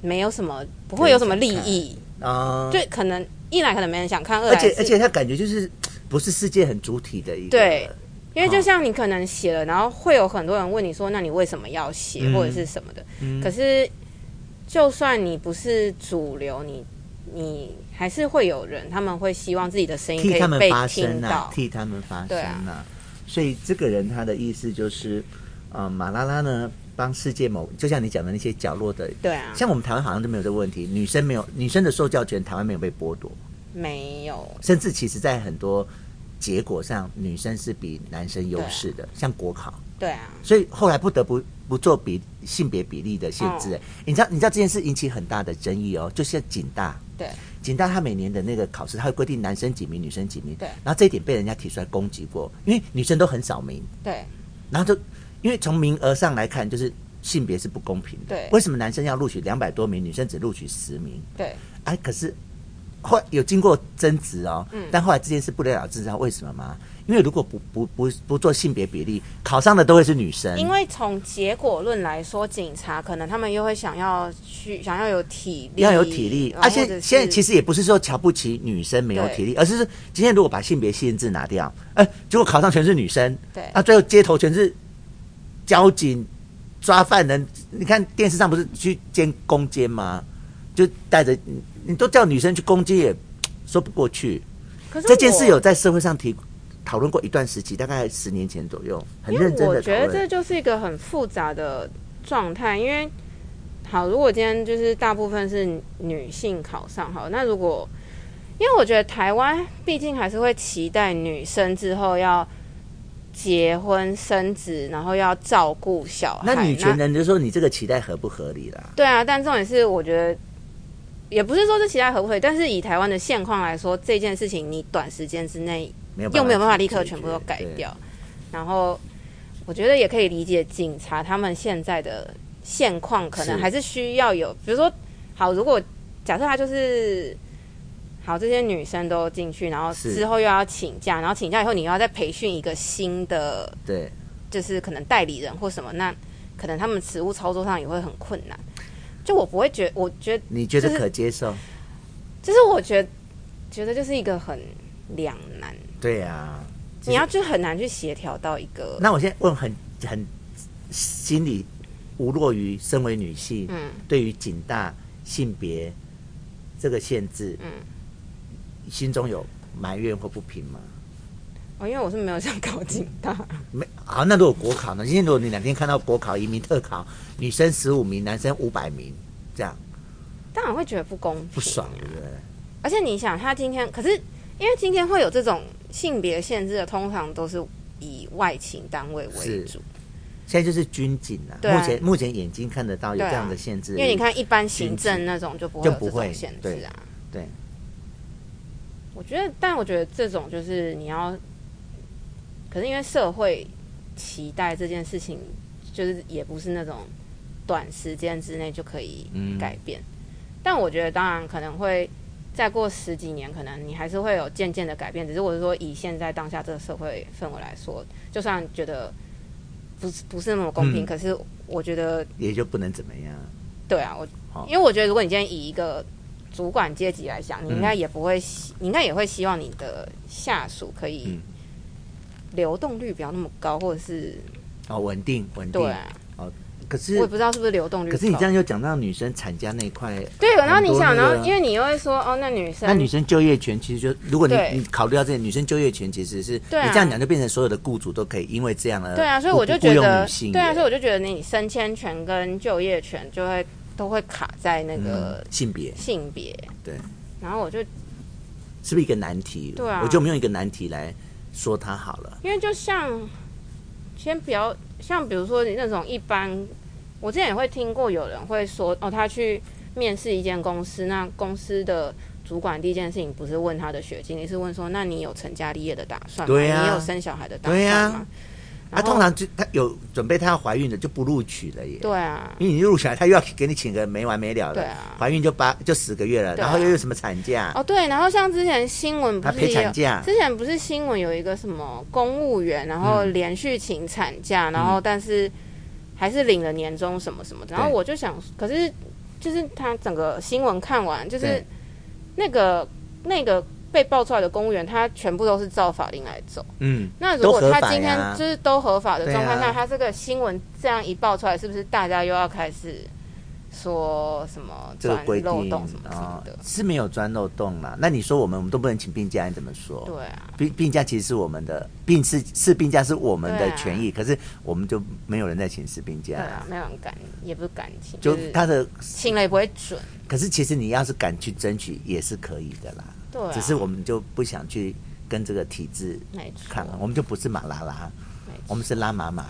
Speaker 2: 没有什么不会有什么利益，
Speaker 1: 啊，
Speaker 2: 就可能一来可能没人想看，二
Speaker 1: 而
Speaker 2: 来
Speaker 1: 且
Speaker 2: 是
Speaker 1: 而且他感觉就是不是世界很主体的一个
Speaker 2: 对因为就像你可能写了，然后会有很多人问你说，那你为什么要写、
Speaker 1: 嗯
Speaker 2: 或者是什么的？可是就算你不是主流，你你还是会有人，他们会希望自己的声音可
Speaker 1: 替他
Speaker 2: 以
Speaker 1: 们
Speaker 2: 被
Speaker 1: 发
Speaker 2: 听
Speaker 1: 声啊
Speaker 2: 到，。
Speaker 1: 替他们发声
Speaker 2: 对
Speaker 1: 啊。所以这个人他的意思就是，呃，马拉拉呢帮世界某，就像你讲的那些角落的，
Speaker 2: 对啊，
Speaker 1: 像我们台湾好像都没有这个问题，女生没有女生的受教权，台湾没有被剥夺，
Speaker 2: 没有
Speaker 1: 甚至其实在很多结果上，女生是比男生优势的，像国考。
Speaker 2: 对啊，
Speaker 1: 所以后来不得不不做比性别比例的限制、
Speaker 2: 哦
Speaker 1: 你知道，你知道这件事引起很大的争议哦，就是警大，
Speaker 2: 对
Speaker 1: 警大他每年的那个考试，他会规定男生几名，女生几名，
Speaker 2: 对
Speaker 1: 然后这一点被人家提出来攻击过，因为女生都很少名，
Speaker 2: 对
Speaker 1: 然后就因为从名额上来看，就是性别是不公平的，
Speaker 2: 对
Speaker 1: 为什么男生要录取两百多名，女生只录取十名？
Speaker 2: 对，
Speaker 1: 哎，可是后来有经过争执哦，
Speaker 2: 嗯
Speaker 1: 但后来这件事不了了之，知道为什么吗？因为如果不不不不做性别比例，考上的都会是女生，
Speaker 2: 因为从结果论来说，警察可能他们又会想要去想要有体力，呃
Speaker 1: 要有体力，
Speaker 2: 啊
Speaker 1: 而且、现现在其
Speaker 2: 实
Speaker 1: 实也不是说瞧不起女生没有体力，而是说今天如果把性别限制拿掉，哎、结果考上全是女生，
Speaker 2: 对
Speaker 1: 那、最后街头全是交警抓犯人，你看电视上不是去监攻坚吗？就带着你你都叫女生去攻击也说不过去。
Speaker 2: 可是
Speaker 1: 这件事
Speaker 2: 我
Speaker 1: 有在社会上提讨论过一段时期，大概十年前左右，很
Speaker 2: 因为
Speaker 1: 认真
Speaker 2: 我
Speaker 1: 的讨
Speaker 2: 觉得
Speaker 1: 论
Speaker 2: 这。就是一个很复杂的状态，因为好，如果今天就是大部分是女性考上，好，那如果因为我觉得台湾毕竟还是会期待女生之后要结婚生子，然后要照顾小孩，
Speaker 1: 那女权人就说你这个期待合不合理啦？
Speaker 2: 对啊，但重点是，我觉得也不是说是其他合不合理，但是以台湾的现况来说，这件事情你短时间之内
Speaker 1: 没有
Speaker 2: 又没有办法
Speaker 1: 去
Speaker 2: 立刻
Speaker 1: 解
Speaker 2: 全
Speaker 1: 决
Speaker 2: 部都改
Speaker 1: 对
Speaker 2: 掉。然后我觉得也可以理解警察他们现在的现况，可能
Speaker 1: 是
Speaker 2: 还是需要有，比如说，好，如果假设他就是。好，这些女生都进去，然后
Speaker 1: 是
Speaker 2: 之后又要请假，然后请假以后，你又要再培训一个新的
Speaker 1: 对。
Speaker 2: 就是可能代理人或什么，那可能他们职务操作上也会很困难。就我不会觉我觉
Speaker 1: 你觉
Speaker 2: 就
Speaker 1: 得
Speaker 2: 是
Speaker 1: 可接受？
Speaker 2: 就是我觉觉得就是一个很两难，
Speaker 1: 对啊，
Speaker 2: 你要就很难去协调到一个，
Speaker 1: 那我现在问很很心里无落于身为女性，
Speaker 2: 嗯，
Speaker 1: 对于警大性别这个限制，
Speaker 2: 嗯，
Speaker 1: 心中有埋怨或不平吗？
Speaker 2: 哦，因为我是没有想搞警大，
Speaker 1: 没好，那如果国考呢？今天如果你哪天看到国考、移民特考，女生十五名，男生五百名，这样
Speaker 2: 当然会觉得不公平，
Speaker 1: 不爽，对不对？
Speaker 2: 而且你想，他今天可是因为今天会有这种性别限制的，通常都是以外勤单位为
Speaker 1: 是
Speaker 2: 主，
Speaker 1: 现在就是军警啊，
Speaker 2: 对啊
Speaker 1: 目前目前眼睛看得到有
Speaker 2: 对啊
Speaker 1: 这样的限制，
Speaker 2: 因为你看一般行
Speaker 1: 禁
Speaker 2: 政
Speaker 1: 止
Speaker 2: 那种就不会
Speaker 1: 就
Speaker 2: 有这
Speaker 1: 不会
Speaker 2: 种限制啊。
Speaker 1: 对对
Speaker 2: 我觉得，但我觉得这种就是你要，可是因为社会期待这件事情，就是也不是那种短时间之内就可以
Speaker 1: 嗯
Speaker 2: 改变。但我觉得，当然可能会再过十几年，可能你还是会有渐渐的改变。只是我是说，以现在当下这个社会氛围来说，就算觉得不是不是那么公平，
Speaker 1: 嗯
Speaker 2: 可是我觉得
Speaker 1: 也就不能怎么样。
Speaker 2: 对啊，我
Speaker 1: 好
Speaker 2: 因为我觉得，如果你今天以一个主管阶级来
Speaker 1: 嗯
Speaker 2: 讲，你应该也不会希，你应该也会希望你的下属可以
Speaker 1: 嗯
Speaker 2: 流动率不要那么高，或者是
Speaker 1: 哦，稳定稳定。
Speaker 2: 对啊，
Speaker 1: 可
Speaker 2: 我
Speaker 1: 是
Speaker 2: 也不知道是不是流动率高。
Speaker 1: 可是你这样又讲到女生产假那一块，
Speaker 2: 对，然后
Speaker 1: 很
Speaker 2: 你
Speaker 1: 多
Speaker 2: 想，
Speaker 1: 那
Speaker 2: 然
Speaker 1: 个
Speaker 2: 后因为你又会说，哦，那女生，
Speaker 1: 那女生就业权其实就，如果你
Speaker 2: 对
Speaker 1: 你考虑到这些，女生就业权其实是，
Speaker 2: 对啊
Speaker 1: 你这样讲就变成所有的雇主都可以因为这样而
Speaker 2: 对啊，所以我就
Speaker 1: 雇
Speaker 2: 觉
Speaker 1: 雇佣
Speaker 2: 得
Speaker 1: 女，性
Speaker 2: 对啊，所以
Speaker 1: 以
Speaker 2: 我就觉得你升迁权跟就业权就会都会卡在那个
Speaker 1: 嗯性别
Speaker 2: 性别，
Speaker 1: 对，
Speaker 2: 然后我就
Speaker 1: 是不是一个难题？
Speaker 2: 对啊
Speaker 1: 我觉得我们用一个难题来说它好了。
Speaker 2: 因为就像，先不要像比如说你那种一般，我之前也会听过有人会说，哦，他去面试一间公司，那公司的主管第一件事情不是问他的学经历，是问说，那你有成家立业的打算吗？
Speaker 1: 对啊
Speaker 2: 你有生小孩的打
Speaker 1: 对
Speaker 2: 算
Speaker 1: 啊
Speaker 2: 吗？
Speaker 1: 啊，
Speaker 2: 然后
Speaker 1: 通常就她有准备她要怀孕的就不录取了耶。
Speaker 2: 对啊，
Speaker 1: 因为你录取来，她又要给你请个没完没了
Speaker 2: 对
Speaker 1: 的，
Speaker 2: 啊
Speaker 1: 怀孕就八就十个月了，
Speaker 2: 对啊
Speaker 1: 然后又有什么产假？
Speaker 2: 哦对，然后像之前新闻不
Speaker 1: 她
Speaker 2: 是
Speaker 1: 陪
Speaker 2: 也
Speaker 1: 产
Speaker 2: 有，
Speaker 1: 假，
Speaker 2: 之前不是新闻有一个什么公务员，然
Speaker 1: 嗯
Speaker 2: 后连续请产假，然后但是还是领了年终什么什么的，然后
Speaker 1: 对
Speaker 2: 我就想，可是就是他整个新闻看完，就是
Speaker 1: 对
Speaker 2: 那个那个被爆出来的公务员，他全部都是照法令来走。
Speaker 1: 嗯，
Speaker 2: 那如果
Speaker 1: 都合
Speaker 2: 他
Speaker 1: 法
Speaker 2: 今天
Speaker 1: 呀
Speaker 2: 就是都合法的
Speaker 1: 对
Speaker 2: 状况下，
Speaker 1: 啊
Speaker 2: 他这个新闻这样一爆出来，是不是大家又要开始说什么
Speaker 1: 这个
Speaker 2: 钻
Speaker 1: 规定
Speaker 2: 漏洞什么什么
Speaker 1: 啊、
Speaker 2: 的？
Speaker 1: 是没有钻漏洞啦。那你说我们我们都不能请病假，你怎么说？
Speaker 2: 对啊，
Speaker 1: 病病假其实是我们的病是是病假是我们
Speaker 2: 对
Speaker 1: 的
Speaker 2: 啊
Speaker 1: 权益，可是我们就没有人在请士病假
Speaker 2: 对
Speaker 1: 啊、
Speaker 2: 啊，没有人敢，也不是敢请，
Speaker 1: 就是他的。
Speaker 2: 请了也不会准。
Speaker 1: 可是其实你要是敢去争取也是可以的啦，
Speaker 2: 对、啊，
Speaker 1: 只是我们就不想去跟这个体制
Speaker 2: 没错
Speaker 1: 看了，我们就不是马拉拉
Speaker 2: 没错，
Speaker 1: 我们是拉马马，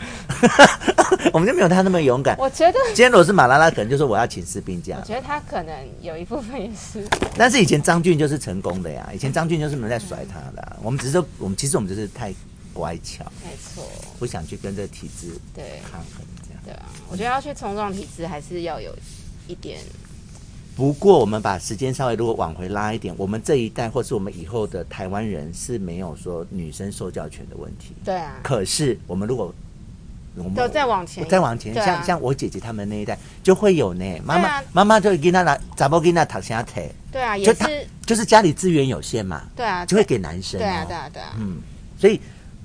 Speaker 1: 我们就没有他那么勇敢。
Speaker 2: 我觉得，
Speaker 1: 今天如果是马拉拉，可能就说我要请士病假
Speaker 2: 我，觉得他可能有一部分也是
Speaker 1: 但是以前张俊就是成功的呀，以前张俊就是没有在甩他的啊、我们只是说我们其实我们就是太乖巧，
Speaker 2: 没错，
Speaker 1: 不想去跟这个体制
Speaker 2: 对
Speaker 1: 抗衡这样。
Speaker 2: 对啊，我觉得要去冲撞体制，还是要有一点
Speaker 1: 不过，我们把时间稍微如果往回拉一点，我们这一代或是我们以后的台湾人是没有说女生受教权的问题。
Speaker 2: 对啊，
Speaker 1: 可是，我们如果我们
Speaker 2: 就再往前一
Speaker 1: 再往前，
Speaker 2: 对啊
Speaker 1: 像像我姐姐她们那一代就会有呢。妈
Speaker 2: 对
Speaker 1: 妈、
Speaker 2: 啊
Speaker 1: 妈妈就给那拿，咋不给那躺下腿？
Speaker 2: 对啊，也
Speaker 1: 就她
Speaker 2: 是
Speaker 1: 就是家里资源有限嘛，
Speaker 2: 对啊，
Speaker 1: 就会给男生、
Speaker 2: 对
Speaker 1: 哦。
Speaker 2: 啊，对啊，对啊，
Speaker 1: 嗯，所以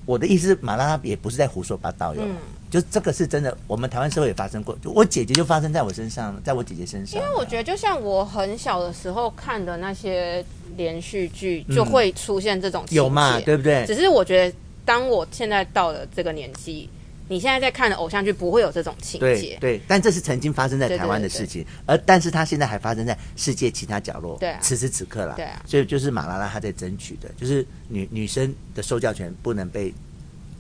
Speaker 1: 我的意思，马拉也不是在胡说八道哟。
Speaker 2: 嗯
Speaker 1: 就这个是真的，我们台湾社会也发生过，就我姐姐就发生在我身上，在我姐姐身上。
Speaker 2: 因为我觉得，就像我很小的时候看的那些连续剧，就会出现这种情
Speaker 1: 嗯
Speaker 2: 节
Speaker 1: 有嘛，对不对？
Speaker 2: 只是我觉得，当我现在到了这个年纪，你现在在看的偶像剧不会有这种情
Speaker 1: 对
Speaker 2: 节，
Speaker 1: 对，但这是曾经发生在
Speaker 2: 对对
Speaker 1: 台湾的
Speaker 2: 对
Speaker 1: 事情，而但是它现在还发生在世界其他角落，
Speaker 2: 对啊
Speaker 1: 此时此刻啦，
Speaker 2: 对啊
Speaker 1: 所以就是马拉拉她在争取的，就是女女生的受教权不能被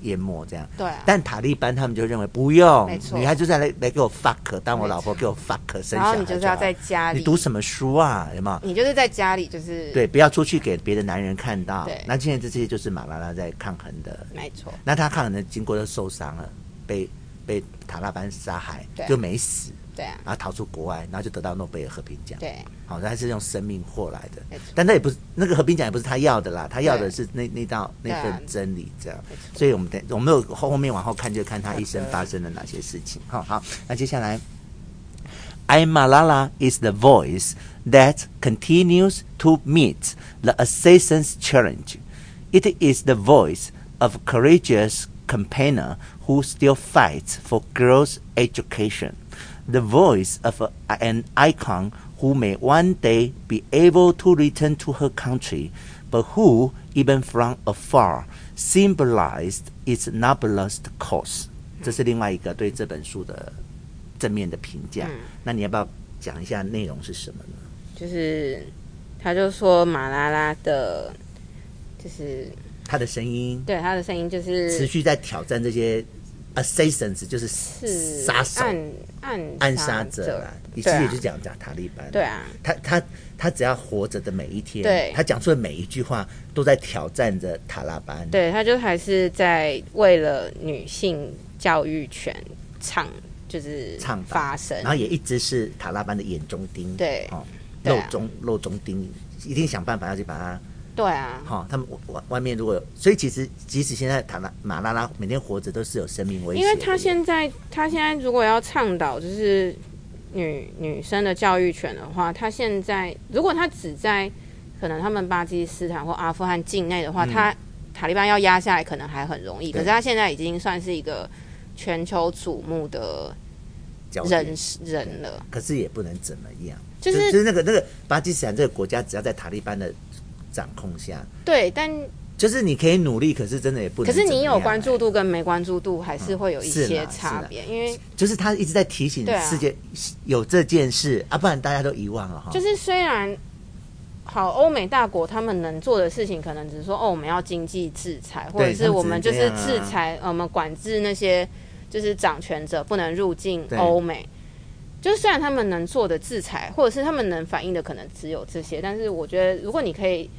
Speaker 1: 淹没这样。
Speaker 2: 对啊。
Speaker 1: 但塔利班他们就认为不用
Speaker 2: 没，错
Speaker 1: 女孩就是来来给我 fuck，当我
Speaker 2: 没错
Speaker 1: 老婆给我 fuck 生小
Speaker 2: 然
Speaker 1: 孩
Speaker 2: 后你就是
Speaker 1: 就
Speaker 2: 要
Speaker 1: 好
Speaker 2: 在家
Speaker 1: 你
Speaker 2: 里，呃
Speaker 1: 读什么书啊？有没有？
Speaker 2: 你就是在家里，就是，
Speaker 1: 对，不要出去给别的男人看到
Speaker 2: 对。
Speaker 1: 那现在这些就是马拉拉在抗衡的，
Speaker 2: 没错，
Speaker 1: 那他抗衡的经过就受伤了，被被塔拉班杀害
Speaker 2: 对，啊
Speaker 1: 就没死，
Speaker 2: 对啊，
Speaker 1: 然后逃出国外，然后就得到诺贝尔和平奖。
Speaker 2: 对，
Speaker 1: 好，他是用生命获来的
Speaker 2: 没错，
Speaker 1: 但那也不是那个和平奖也不是他要的啦，他要的
Speaker 2: 对
Speaker 1: 是那那道那
Speaker 2: 对啊
Speaker 1: 份真理这样
Speaker 2: 没。错
Speaker 1: 所以我们等我们有后后面往后看，就看他一生
Speaker 2: 好的
Speaker 1: 发生了哪些事情。好好，那接下来，I Malala is the voice that continues to meet the assassin's challenge. It is the voice of courageous campaigner who still fights for girls' education. The voice of a- an icon who may one day be able to return to her country, but who, even from afar, symbolized its noblest cause. 这是另外一个对这本书的正面的评价。
Speaker 2: 嗯
Speaker 1: 那你要不要讲一下内容是什么呢？
Speaker 2: 就是，他就说马拉拉的，就是
Speaker 1: 他的声音
Speaker 2: 对他的声音就是
Speaker 1: 持续在挑战这些 assassins，就是
Speaker 2: 是
Speaker 1: 杀手、
Speaker 2: 暗暗
Speaker 1: 暗
Speaker 2: 杀
Speaker 1: 杀者啦。你其
Speaker 2: 对
Speaker 1: 实
Speaker 2: 啊
Speaker 1: 也就讲讲塔利班。
Speaker 2: 对啊，
Speaker 1: 他他他只要活着的每一天，
Speaker 2: 对
Speaker 1: 他讲出的每一句话都在挑战着塔拉班。
Speaker 2: 对，他就还是在为了女性教育权倡，就是
Speaker 1: 倡导
Speaker 2: 发声
Speaker 1: 然。后也一直是塔拉班的眼中钉，
Speaker 2: 对
Speaker 1: 哦，
Speaker 2: 对
Speaker 1: 肉
Speaker 2: 啊
Speaker 1: 中肉中钉，一定想办法要去把它
Speaker 2: 对啊，
Speaker 1: 哈、他们外外面如果有，所以其实即使现在塔拉马拉拉每天活着都是有生命危险
Speaker 2: 因
Speaker 1: 的，
Speaker 2: 为他现在他现在如果要倡导就是女女生的教育权的话，他现在如果他只在可能他们巴基斯坦或阿富汗境内的话，他塔利班要压下来可能还很容易，可
Speaker 1: 嗯对
Speaker 2: 是他现在已经算是一个全球瞩目的
Speaker 1: 焦点
Speaker 2: 人人了。
Speaker 1: 可是也不能怎么样，
Speaker 2: 就是
Speaker 1: 就是那个那个巴基斯坦这个国家，只要在塔利班的掌控下，
Speaker 2: 对，但
Speaker 1: 就是你可以努力，可是真的也不
Speaker 2: 可
Speaker 1: 能。
Speaker 2: 是你有关注，度跟没关注度还是会有一
Speaker 1: 啊是啦
Speaker 2: 些
Speaker 1: 是
Speaker 2: 差
Speaker 1: 啦
Speaker 2: 别，因为
Speaker 1: 就是他一直在提醒
Speaker 2: 对啊
Speaker 1: 世界、有这件事啊，不然大家都遗忘了哈。
Speaker 2: 就是虽然好欧美大国他们能做的事情，可能只是说哦我们要经济制裁，或者
Speaker 1: 对他
Speaker 2: 是
Speaker 1: 们
Speaker 2: 我们就是
Speaker 1: 只能这
Speaker 2: 制
Speaker 1: 样啊
Speaker 2: 裁、呃我们管制那些就是掌权者不能入境
Speaker 1: 对
Speaker 2: 欧美。就是虽然他们能做的制裁，或者是他们能反映的可能只有这些，但是我觉得如果你可以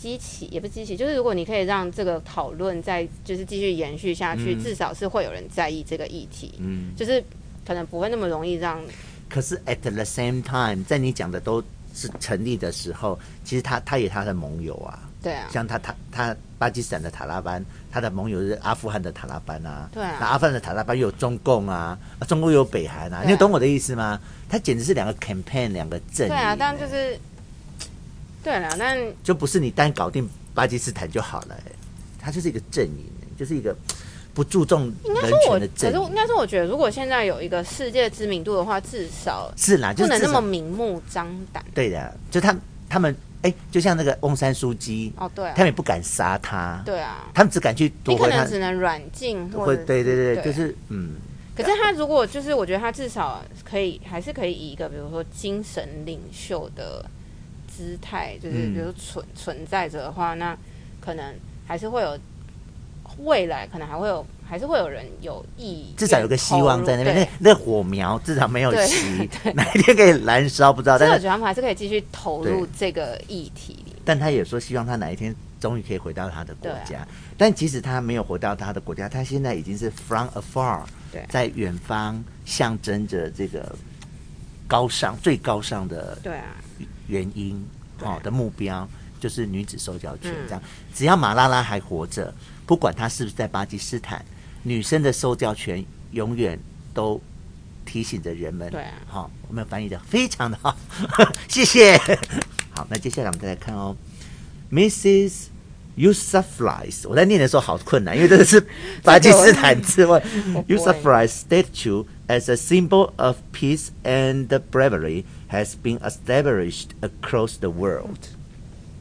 Speaker 2: 激起，也不是激起，就是如果你可以让这个讨论再就是继续延续下去，
Speaker 1: 嗯
Speaker 2: 至少是会有人在意这个议题，
Speaker 1: 嗯，
Speaker 2: 就是可能不会那么容易让
Speaker 1: 可是 at the same time，在你讲的都是成立的时候，其实他他也他的盟友啊，
Speaker 2: 对啊，
Speaker 1: 像他他他巴基斯坦的塔拉班，他的盟友是阿富汗的塔拉班啊，
Speaker 2: 对啊
Speaker 1: 那阿富汗的塔拉班又有中共啊，啊中共又有北韩啊，
Speaker 2: 对啊
Speaker 1: 你有懂我的意思吗？他简直是两个 campaign 两个阵
Speaker 2: 对
Speaker 1: 营、欸
Speaker 2: 啊，但就是对啦，但
Speaker 1: 就不是你单搞定巴基斯坦就好了、他就是一个阵营，就是一个不注重
Speaker 2: 应该
Speaker 1: 人
Speaker 2: 说我，
Speaker 1: 权的
Speaker 2: 可
Speaker 1: 阵
Speaker 2: 是
Speaker 1: 营
Speaker 2: 应。该说，我觉得如果现在有一个世界知名度的话，至少
Speaker 1: 是啦，啊就
Speaker 2: 不
Speaker 1: 是
Speaker 2: 能
Speaker 1: 至
Speaker 2: 那
Speaker 1: 少
Speaker 2: 么明目张胆。
Speaker 1: 对的，就他他们哎、就像那个翁山书记，
Speaker 2: 哦，对
Speaker 1: 他们
Speaker 2: 啊，
Speaker 1: 也不敢杀他，
Speaker 2: 对啊，
Speaker 1: 他们只敢去
Speaker 2: 你
Speaker 1: 夺
Speaker 2: 可
Speaker 1: 回
Speaker 2: 能
Speaker 1: 他，
Speaker 2: 只能软禁或
Speaker 1: 会
Speaker 2: 者
Speaker 1: 对对对，
Speaker 2: 啊
Speaker 1: 就是嗯，
Speaker 2: 可是他如果就是，我觉得他至少可以，还是可以以一个比如说精神领袖的姿态，就是
Speaker 1: 嗯
Speaker 2: 比如存存在着的话，那可能还是会有未来，可能还会有，还是会有人有意，
Speaker 1: 至少有个希望在那边
Speaker 2: 对。
Speaker 1: 那那火苗至少没有
Speaker 2: 对
Speaker 1: 熄，哪一天可以燃烧不知道，
Speaker 2: 所以我
Speaker 1: 但
Speaker 2: 觉
Speaker 1: 是
Speaker 2: 得他们还是可以继续投入这个议题里。
Speaker 1: 但他也说希望他哪一天终于可以回到他的国
Speaker 2: 对啊
Speaker 1: 家，但即使他没有回到他的国家，他现在已经是 from afar，
Speaker 2: 对
Speaker 1: 在远方象征着这个高尚最高尚的
Speaker 2: 对啊，
Speaker 1: 原因哦的目标就是女子受教权
Speaker 2: 嗯
Speaker 1: 这样。只要马拉拉还活着，不管她是不是在巴基斯坦，女生的受教权永远都提醒着人们。
Speaker 2: 对啊
Speaker 1: 好、我们翻译的非常的好，谢谢。好，那接下来我们再来看哦，Mrs. Yusufzais，我在念的时候好困难，因为这个是巴基斯坦字 文。
Speaker 2: 我不会
Speaker 1: Yusufzais statue as a symbol of peace and bravery has been established across the world。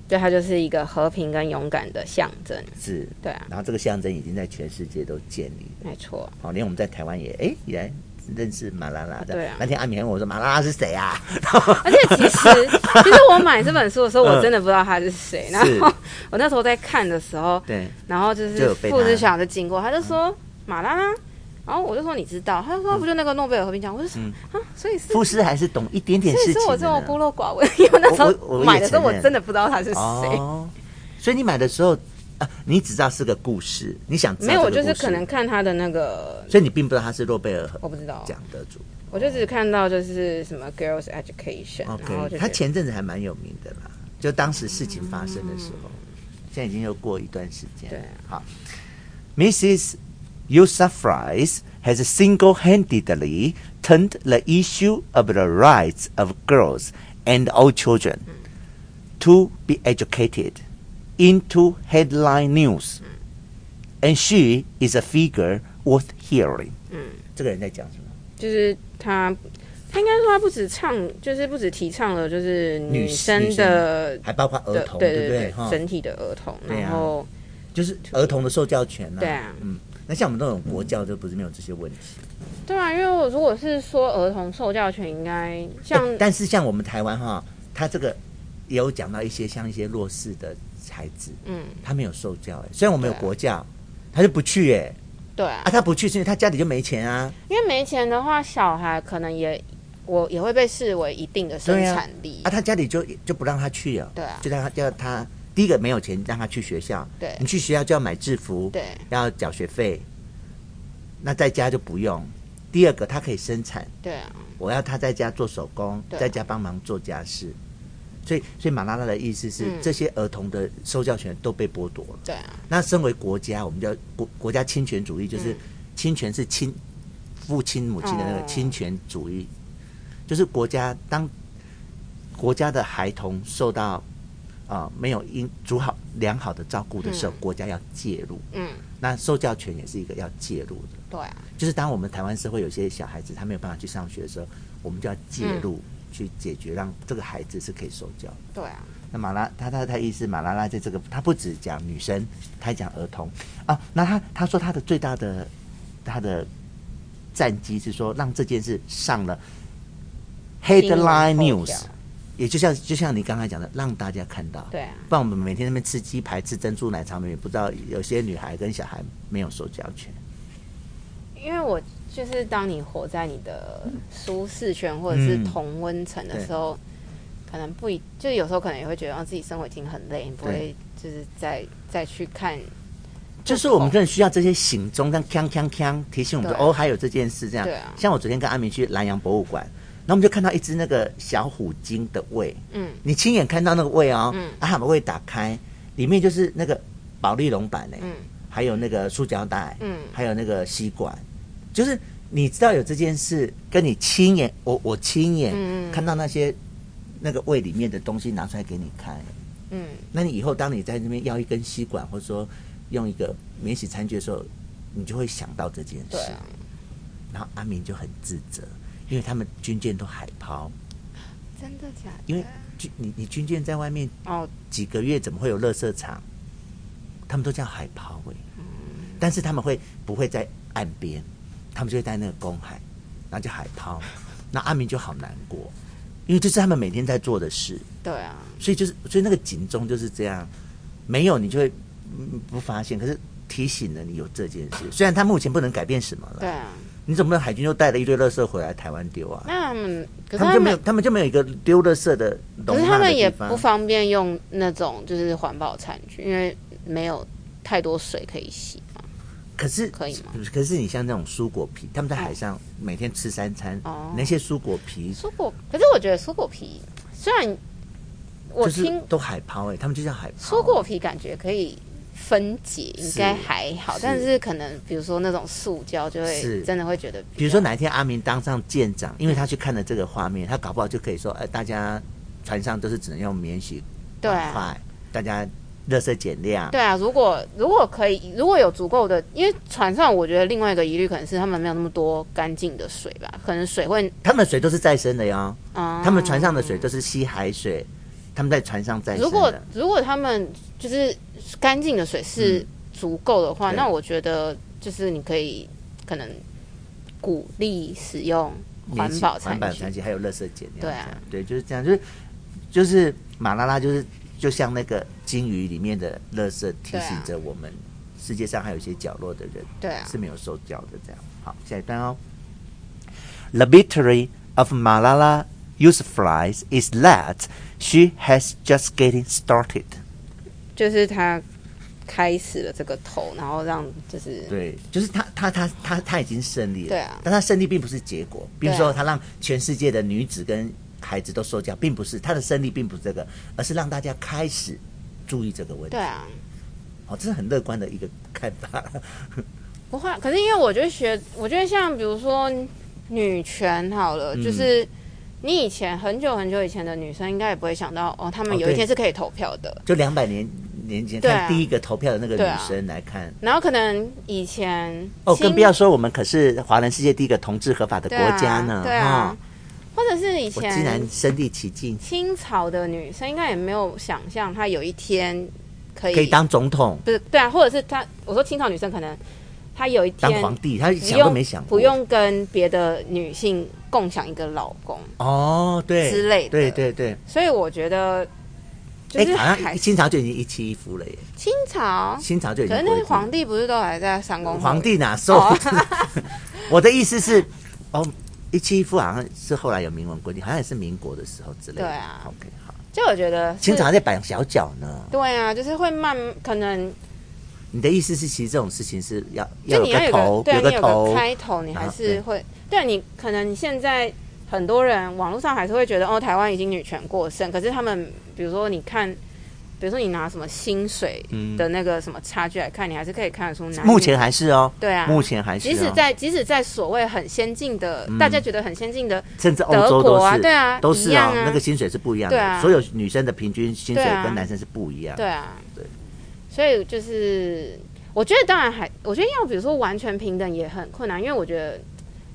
Speaker 2: 对，它就是一个和平跟勇敢的象征。
Speaker 1: 是，
Speaker 2: 对啊，
Speaker 1: 然后这个象征已经在全世界都建立了。
Speaker 2: 没错。
Speaker 1: 好，连我们在台湾也哎也认识马拉拉的。
Speaker 2: 对啊
Speaker 1: 那天阿米还问我说：“马拉拉是谁啊
Speaker 2: 而且其 实，其实我买这本书的时候，我真的不知道他是谁。然
Speaker 1: 嗯是，
Speaker 2: 后 我那时候在看的时候？”
Speaker 1: 对，
Speaker 2: 然后就
Speaker 1: 就是有被他嗯
Speaker 2: 父子小的经过，他就说马拉拉，然后我就说你知道，他就说不就那个诺贝尔和平奖，我就说
Speaker 1: 嗯
Speaker 2: 啊，所以是，
Speaker 1: 富
Speaker 2: 所
Speaker 1: 士还是懂一点点
Speaker 2: 以
Speaker 1: 事情
Speaker 2: 是
Speaker 1: 的呢。
Speaker 2: 我这么孤陋寡闻，因为那时
Speaker 1: 我我
Speaker 2: 候
Speaker 1: 我也
Speaker 2: 买的时候
Speaker 1: 承
Speaker 2: 我
Speaker 1: 认
Speaker 2: 真的不知道他是谁。
Speaker 1: 哦，所以你买的时候啊，你只知道是个故事，你想知道
Speaker 2: 没有，我
Speaker 1: 这个
Speaker 2: 就是
Speaker 1: 故事
Speaker 2: 可能，哦看他的那个，
Speaker 1: 所以你并不知道他是诺贝尔
Speaker 2: 我不知道，
Speaker 1: 奖得主。
Speaker 2: 我就只看到就是什么 girls education，然后
Speaker 1: OK，
Speaker 2: 就
Speaker 1: 他
Speaker 2: 觉得
Speaker 1: 前阵子还蛮有名的啦，就当时事情发生的时候，现在已经又过一段时间。
Speaker 2: 对
Speaker 1: 好，Mrs. Yusufrais has single-handedly turned the issue of the rights of girls and all children to be educated into headline news, and she is a figure worth hearing。
Speaker 2: 嗯，
Speaker 1: 这个人在讲什么？
Speaker 2: 就是他，他应该说他不止倡，就是不止提倡了，就是
Speaker 1: 女
Speaker 2: 生的
Speaker 1: 还包括儿
Speaker 2: 的
Speaker 1: 童，
Speaker 2: 对
Speaker 1: 不
Speaker 2: 对
Speaker 1: 哈，
Speaker 2: 整体的儿童，
Speaker 1: 对啊
Speaker 2: 然后
Speaker 1: 就是儿童的受教权啊。
Speaker 2: 对啊
Speaker 1: 嗯，那像我们这种国教就不是没有这些问题。
Speaker 2: 对啊，因为我如果是说儿童受教权，应该像
Speaker 1: 欸但是像我们台湾哈，他这个也有讲到一些像一些弱势的孩子，
Speaker 2: 嗯，
Speaker 1: 他没有受教、欸，虽然我们有
Speaker 2: 对啊
Speaker 1: 国教，他就不去哎、欸
Speaker 2: 对啊
Speaker 1: 啊，，他不去是因为他家里就没钱啊，
Speaker 2: 因为没钱的话，小孩可能也我也会被视为一定的生
Speaker 1: 对啊
Speaker 2: 产力
Speaker 1: 啊，，他家里就就不让他去啊，
Speaker 2: 对啊
Speaker 1: 就让他叫他第一个没有钱让他去学校，
Speaker 2: 对
Speaker 1: 你去学校就要买制服，
Speaker 2: 对，
Speaker 1: 要缴学费，那在家就不用。第二个，他可以生产，
Speaker 2: 对啊，
Speaker 1: 我要他在家做手工，
Speaker 2: 对
Speaker 1: 在家帮忙做家事。所以，所以马拉拉的意思是，
Speaker 2: 嗯
Speaker 1: 这些儿童的受教权都被剥夺了。
Speaker 2: 对啊，
Speaker 1: 那身为国家，我们叫国国家侵权主义，就是
Speaker 2: 嗯
Speaker 1: 侵权是亲父亲母亲的那个
Speaker 2: 哦
Speaker 1: 侵权主义，就是国家当国家的孩童受到啊、呃没有应足好良好的照顾的时候，
Speaker 2: 嗯
Speaker 1: 国家要介入。
Speaker 2: 嗯，
Speaker 1: 那受教权也是一个要介入的。
Speaker 2: 对啊，
Speaker 1: 就是当我们台湾社会有些小孩子他没有办法去上学的时候，我们就要介
Speaker 2: 嗯
Speaker 1: 入去解决，让这个孩子是可以受教的。
Speaker 2: 对啊，
Speaker 1: 那马拉他他他意思马拉拉在这个他不只讲女生，他还讲儿童啊。那他他说他的最大的他的战绩是说让这件事上了 headline
Speaker 2: 新闻头
Speaker 1: news，
Speaker 2: 条
Speaker 1: 也就像就像你刚才讲的，让大家看到。
Speaker 2: 对啊，
Speaker 1: 不然我们每天在那边吃鸡排、吃珍珠奶茶，我们也不知道有些女孩跟小孩没有受教权。
Speaker 2: 因为我就是当你活在你的舒适圈或者是
Speaker 1: 嗯
Speaker 2: 同温层的时候，可能不一，就有时候可能也会觉得，哦，自己生活已经很累，你不会就是再再去看。
Speaker 1: 就是我们真的需要这些行踪，像锵锵锵提醒我们说，
Speaker 2: 对
Speaker 1: 哦，还有这件事这样。
Speaker 2: 对啊
Speaker 1: 像我昨天跟阿明去南洋博物馆，然后我们就看到一只那个小虎鲸的胃，
Speaker 2: 嗯，
Speaker 1: 你亲眼看到那个胃哦，
Speaker 2: 嗯
Speaker 1: 啊，它把胃打开，里面就是那个保丽龙板呢，欸
Speaker 2: 嗯
Speaker 1: 还有那个塑胶袋，
Speaker 2: 嗯
Speaker 1: 还有那个吸管，就是你知道有这件事，跟你亲眼，我我亲眼
Speaker 2: 嗯嗯
Speaker 1: 看到那些那个胃里面的东西拿出来给你看，
Speaker 2: 嗯，
Speaker 1: 那你以后当你在那边要一根吸管，或者说用一个免洗餐具的时候，你就会想到这件事
Speaker 2: 对。啊，
Speaker 1: 然后阿明就很自责，因为他们军舰都海抛，
Speaker 2: 真的假的？
Speaker 1: 因为军
Speaker 2: 啊
Speaker 1: 你你军舰在外面
Speaker 2: 哦，
Speaker 1: 几个月怎么会有垃圾场？他们都叫海抛哎、
Speaker 2: 嗯
Speaker 1: 但是他们会不会在岸边？他们就会在那个公海，然后叫海 抛。那阿明就好难过，因为这是他们每天在做的事。
Speaker 2: 对啊，
Speaker 1: 所以就是，所以那个警钟就是这样，没有你就会嗯不发现，可是提醒了你有这件事。虽然他目前不能改变什么
Speaker 2: 对
Speaker 1: 了，
Speaker 2: 啊，
Speaker 1: 你怎么海军又带了一堆垃圾回来台湾丢啊？
Speaker 2: 那他们可是
Speaker 1: 他们
Speaker 2: 他
Speaker 1: 就没有，
Speaker 2: 们。
Speaker 1: 他们就没有一个丢垃圾的容
Speaker 2: 可是
Speaker 1: 纳
Speaker 2: 他
Speaker 1: 的
Speaker 2: 们也
Speaker 1: 地
Speaker 2: 不
Speaker 1: 方。
Speaker 2: 方便用那种就是环保餐具，因为没有太多水可以洗嘛。
Speaker 1: 可是
Speaker 2: 可以吗？
Speaker 1: 可是你像那种蔬果皮，他们在海上每天吃三餐，
Speaker 2: 哦
Speaker 1: 那些蔬果皮
Speaker 2: 蔬果，可是我觉得蔬果皮虽然我
Speaker 1: 就是
Speaker 2: 听
Speaker 1: 都海抛哎、他们就叫海抛。
Speaker 2: 蔬果皮啊感觉可以分解，应该还好，
Speaker 1: 是
Speaker 2: 但是可能比如说那种塑胶就会
Speaker 1: 是
Speaker 2: 真的会觉得较，
Speaker 1: 比如说哪一天阿明当上舰长，因为他去看了这个画面，他搞不好就可以说，呃，大家船上都是只能用免洗
Speaker 2: 对
Speaker 1: 碗
Speaker 2: 啊
Speaker 1: 筷，大家垃圾减量。
Speaker 2: 对啊，如果如果可以，如果有足够的，因为船上我觉得另外一个疑虑可能是他们没有那么多干净的水吧，可能水会
Speaker 1: 他们水都是再生的哟，
Speaker 2: 啊，
Speaker 1: 他们船上的水都是吸海水，他们在船上再
Speaker 2: 如
Speaker 1: 生
Speaker 2: 果
Speaker 1: 的。
Speaker 2: 如果他们就是干净的水是足够的话，
Speaker 1: 嗯对
Speaker 2: 那我觉得就是你可以可能鼓励使用
Speaker 1: 免
Speaker 2: 环
Speaker 1: 洗
Speaker 2: 保餐
Speaker 1: 环保
Speaker 2: 具
Speaker 1: 餐。具还有垃圾减量。
Speaker 2: 对啊
Speaker 1: 这样，对，就是这样，就是就是马拉拉就是就像那个鲸鱼里面的垃圾提醒着我们，世界上还有一些角落的人。
Speaker 2: 对啊，
Speaker 1: 是没有受教的。这样，好，下一段哦。The victory of Malala Yousafzai is that she has just getting started。
Speaker 2: 就是他开始了这个头，然后让就是
Speaker 1: 对，就是她，她，她，她，她已经胜利了。
Speaker 2: 对啊
Speaker 1: 但她胜利并不是结果，比如
Speaker 2: 对
Speaker 1: 说
Speaker 2: 啊
Speaker 1: 她让全世界的女子跟孩子都受教，并不是她的胜利，并不是这个，而是让大家开始注意这个问题
Speaker 2: 对。啊，
Speaker 1: 哦，这是很乐观的一个看法。
Speaker 2: 不会啊。可是因为我觉得学，我觉得像比如说女权好了，
Speaker 1: 嗯
Speaker 2: 就是。你以前很久很久以前的女生，应该也不会想到哦，她们
Speaker 1: 哦
Speaker 2: 有一
Speaker 1: 对
Speaker 2: 天是可以投票的。
Speaker 1: 就两百年年前
Speaker 2: 对啊
Speaker 1: 看第一个投票的那个
Speaker 2: 对啊
Speaker 1: 女生来看，
Speaker 2: 然后可能以前
Speaker 1: 哦，
Speaker 2: 亲
Speaker 1: 更不要说我们可是华人世界第一个同治合法的
Speaker 2: 对
Speaker 1: 国
Speaker 2: 啊
Speaker 1: 家呢，
Speaker 2: 对
Speaker 1: 哦，
Speaker 2: 啊或者是以
Speaker 1: 我竟然
Speaker 2: 前
Speaker 1: 身历其境，
Speaker 2: 清朝的女生应该也没有想象她有一天可以
Speaker 1: 可以当总统、
Speaker 2: 不是对啊，或者是她我说清朝女生可能她有一
Speaker 1: 当
Speaker 2: 天
Speaker 1: 皇帝，他
Speaker 2: 不
Speaker 1: 想
Speaker 2: 用
Speaker 1: 都没想过。
Speaker 2: 不用跟别的女性共享一个老公，
Speaker 1: 哦，对
Speaker 2: 之类的
Speaker 1: 对对对。
Speaker 2: 所以我觉得就
Speaker 1: 哎
Speaker 2: 是，
Speaker 1: 好
Speaker 2: 还
Speaker 1: 像清朝就已经一妻一夫了耶，
Speaker 2: 清朝，
Speaker 1: 清朝就已
Speaker 2: 可
Speaker 1: 经
Speaker 2: 是
Speaker 1: 规
Speaker 2: 那
Speaker 1: 定
Speaker 2: 皇帝不是都还在三公后
Speaker 1: 皇帝 哪受？
Speaker 2: 哦
Speaker 1: 我的意思是，哦，一妻一夫好像是后来有明文规定，好像也是民国的时候之类的。
Speaker 2: 对啊
Speaker 1: ，OK，好，
Speaker 2: 就我觉得是
Speaker 1: 清朝还在绑小脚呢。
Speaker 2: 对啊，就是会慢可能
Speaker 1: 你的意思是，其实这种事情是要
Speaker 2: 就
Speaker 1: 要
Speaker 2: 你要
Speaker 1: 有
Speaker 2: 有
Speaker 1: 个头，
Speaker 2: 对啊，
Speaker 1: 有个
Speaker 2: 你有
Speaker 1: 头
Speaker 2: 个，开头，你还
Speaker 1: 然后
Speaker 2: 是
Speaker 1: 对
Speaker 2: 会，对啊你可能现在很多人网络上还是会觉得哦，台湾已经女权过剩，可是他们比如说你看，比如说你拿什么薪水
Speaker 1: 嗯
Speaker 2: 的那个什么差距来看，你还是可以看得出男女
Speaker 1: 目前还是哦，
Speaker 2: 对啊，
Speaker 1: 目前还是、哦，
Speaker 2: 即使在即使在所谓很先进的，大家觉得很先进的，
Speaker 1: 甚至欧洲
Speaker 2: 德
Speaker 1: 都
Speaker 2: 国
Speaker 1: 是，
Speaker 2: 啊对啊
Speaker 1: 都是哦
Speaker 2: 一样啊
Speaker 1: 那个薪水是不一样的，
Speaker 2: 对啊
Speaker 1: 所有女生的平均薪水
Speaker 2: 对啊
Speaker 1: 跟男生是不一样。
Speaker 2: 对啊，
Speaker 1: 对，
Speaker 2: 所以就是我觉得当然还，我觉得要比如说完全平等也很困难，因为我觉得，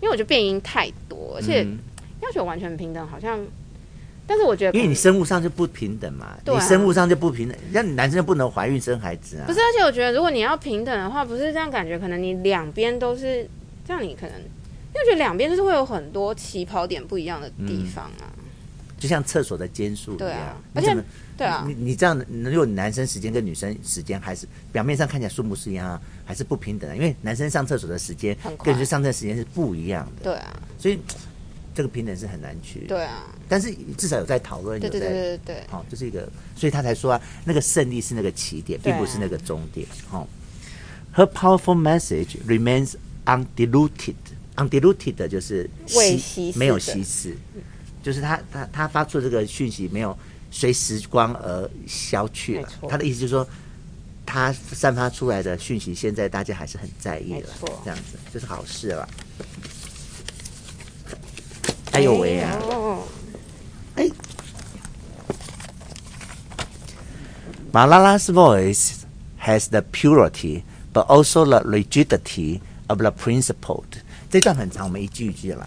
Speaker 2: 因为我觉得变音太多，而且。
Speaker 1: 嗯
Speaker 2: 要求完全平等好像，但是我觉得可
Speaker 1: 因为
Speaker 2: 能
Speaker 1: 你生物上就不平等嘛，
Speaker 2: 对啊
Speaker 1: 你生物上就不平等，那你男生就不能怀孕生孩子啊。
Speaker 2: 不是，而且我觉得如果你要平等的话，不是这样感觉，可能你两边都是这样，你可能因为我觉得两边就是会有很多起跑点不一样的地方啊。
Speaker 1: 就像厕所的间数一
Speaker 2: 对
Speaker 1: 样
Speaker 2: 啊。
Speaker 1: 你
Speaker 2: 而且
Speaker 1: 怎么
Speaker 2: 对啊
Speaker 1: 你你这样，如果你男生时间跟女生时间还是表面上看起来数目是一样啊，还是不平等的，因为男生上厕所的时间
Speaker 2: 很快
Speaker 1: 跟女生上厕所时间是不一样的，
Speaker 2: 对啊，
Speaker 1: 所以这个平等是很难去。
Speaker 2: 对啊，
Speaker 1: 但是至少有在讨论，
Speaker 2: 对
Speaker 1: 有
Speaker 2: 对对
Speaker 1: 在
Speaker 2: 对对对，
Speaker 1: 好、这是一个，所以他才说啊，那个胜利是那个起点，
Speaker 2: 对
Speaker 1: 并
Speaker 2: 啊
Speaker 1: 不是那个终点。好、h e r powerful message remains undiluted。undiluted 就是
Speaker 2: 未稀
Speaker 1: 稀
Speaker 2: 释
Speaker 1: 没有
Speaker 2: 的
Speaker 1: 稀释，就是他他他发出这个讯息没有随时光而消去
Speaker 2: 没
Speaker 1: 了。
Speaker 2: 错
Speaker 1: 他的意思就是说，他散发出来的讯息，现在大家还是很在意
Speaker 2: 没
Speaker 1: 了
Speaker 2: 错，
Speaker 1: 这样子这是好事了。哎呦喂啊！
Speaker 2: 哦
Speaker 1: Malala's voice has the purity, but also the rigidity of the principle. 这段很长，我们一句一句来。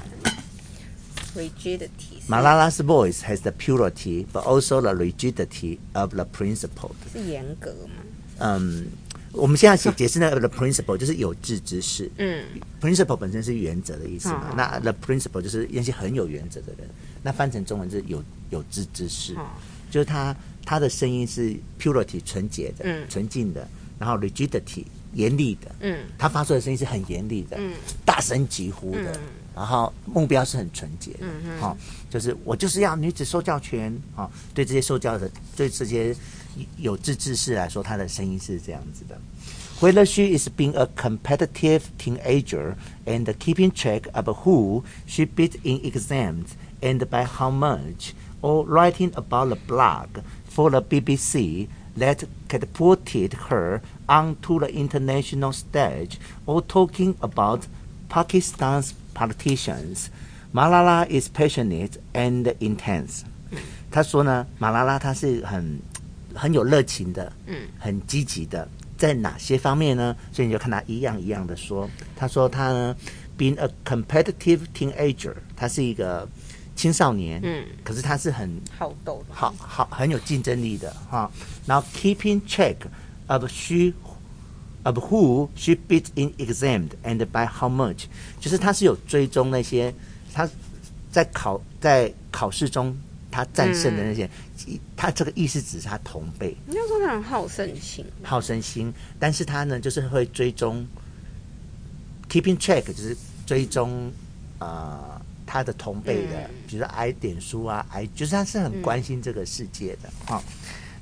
Speaker 2: ，rigidity 是
Speaker 1: Malala's voice has the purity, but also the rigidity of the principle.
Speaker 2: 是严格嘛？
Speaker 1: 嗯，我们现在解解释那个 the principle 就是有志之士。
Speaker 2: 嗯，
Speaker 1: principle 本身是原则的意思嘛？
Speaker 2: 嗯
Speaker 1: 那 the principle 就是那些很有原则的人，那翻成中文是有有知之士，
Speaker 2: 嗯
Speaker 1: 就是他他的声音是 purity 纯洁的、
Speaker 2: 嗯
Speaker 1: 纯净的，然后 rigidity 严厉的，
Speaker 2: 嗯，
Speaker 1: 他发出的声音是很严厉的，
Speaker 2: 嗯，
Speaker 1: 大声疾呼的，然后目标是很纯洁的，
Speaker 2: 嗯
Speaker 1: 好、就是我就是要女子受教权，好、对这些受教的，对这些有志之士来说，他的声音是这样子的。Whether she is being a competitive teenager and keeping track of who she beat in exams and by how much, or writing about a blog for the BBC that catapulted her onto the international stage, or talking about Pakistan's politicians, Malala is passionate and intense. 他说呢，马拉拉她是很很有热情的，嗯，很积极的，在哪些方面呢？所以你就看他一样一样的说。他说他呢，being a competitive teenager，他是一个青少年，
Speaker 2: 嗯，
Speaker 1: 可是他是很
Speaker 2: 好斗的，
Speaker 1: 好好很有竞争力的哈。然后 keeping track of she of who she beat in exam and by how much，就是他是有追踪那些他在考在考试中他战胜的那些，他这个意思只是他同辈
Speaker 2: 你要说他很好胜心，
Speaker 1: 好胜心，但是他呢就是会追踪 keeping track，就是追踪呃他的同辈的，比如说挨点书啊，挨就是他是很关心这个世界的哈、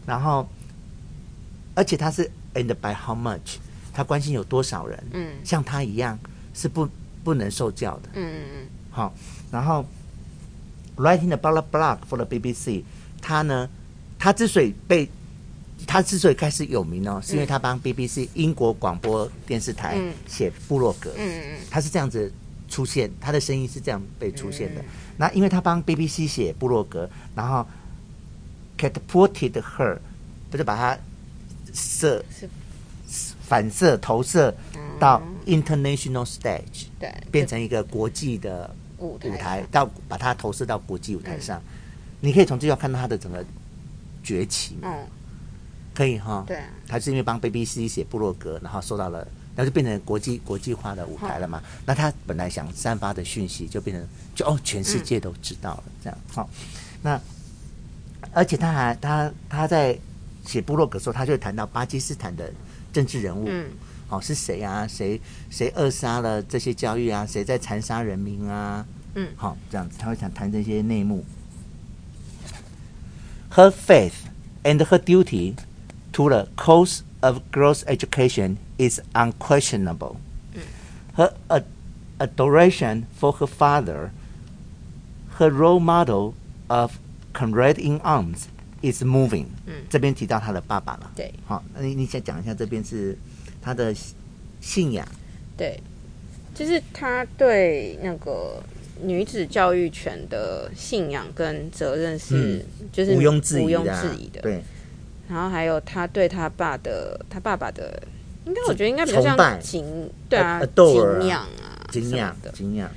Speaker 1: 然后而且他是 and by how much，他关心有多少人，
Speaker 2: 嗯
Speaker 1: 像他一样是不不能受教的。
Speaker 2: 嗯嗯
Speaker 1: 好，然后 writing about a blog for the BBC，他呢，他之所以被他之所以开始有名哦，是因为他帮 BBC 英国广播电视台
Speaker 2: 嗯
Speaker 1: 写部落格，
Speaker 2: 嗯嗯
Speaker 1: 他是这样子出现，他的声音是这样被出现
Speaker 2: 嗯
Speaker 1: 的。那因为他帮 BBC 写部落格，然后 catapulted her，不是把他射
Speaker 2: 是
Speaker 1: 反射投射到 international stage，、
Speaker 2: 嗯，对，
Speaker 1: 变成一个国际的
Speaker 2: 舞台
Speaker 1: 舞台，到把它投射到国际舞台
Speaker 2: 嗯
Speaker 1: 上，你可以从这地方看到它的整个崛起嘛，
Speaker 2: 嗯，
Speaker 1: 可以哈。
Speaker 2: 对啊，
Speaker 1: 他是因为帮 BBC 写部落格，然后受到了，那就变成国际国际化的舞台了嘛。
Speaker 2: 嗯
Speaker 1: 那他本来想散发的讯息，就变成就哦，全世界都知道了、这样。好、那而且他还他他在写部落格的时候，他就谈到巴基斯坦的政治人物，
Speaker 2: 嗯
Speaker 1: 哦是谁啊？谁谁扼杀了这些教育啊？谁在残杀人民啊？
Speaker 2: 嗯
Speaker 1: 好、这样子他会想谈这些内幕。Her faith and her duty to the cause of girls' education is unquestionable. Her ad- adoration for her father, her role model of Conrad in arms, is moving. 这边提到她的爸爸了。
Speaker 2: Mm. 对
Speaker 1: 好，那你你想讲一下这边是她的信信仰，
Speaker 2: 对，就是他对那个女子教育权的信仰跟责任是，就
Speaker 1: 嗯
Speaker 2: 是
Speaker 1: 毋庸置
Speaker 2: 毋
Speaker 1: 疑
Speaker 2: 庸
Speaker 1: 的啊、
Speaker 2: 置疑的。
Speaker 1: 对，
Speaker 2: 然后还有他对他爸的，他爸爸的，应该我
Speaker 1: 崇
Speaker 2: 觉得应该比较
Speaker 1: 崇拜
Speaker 2: 像敬，对啊，
Speaker 1: adore 啊
Speaker 2: 敬仰啊，
Speaker 1: 惊
Speaker 2: 什
Speaker 1: 讶
Speaker 2: 么的，
Speaker 1: 惊讶。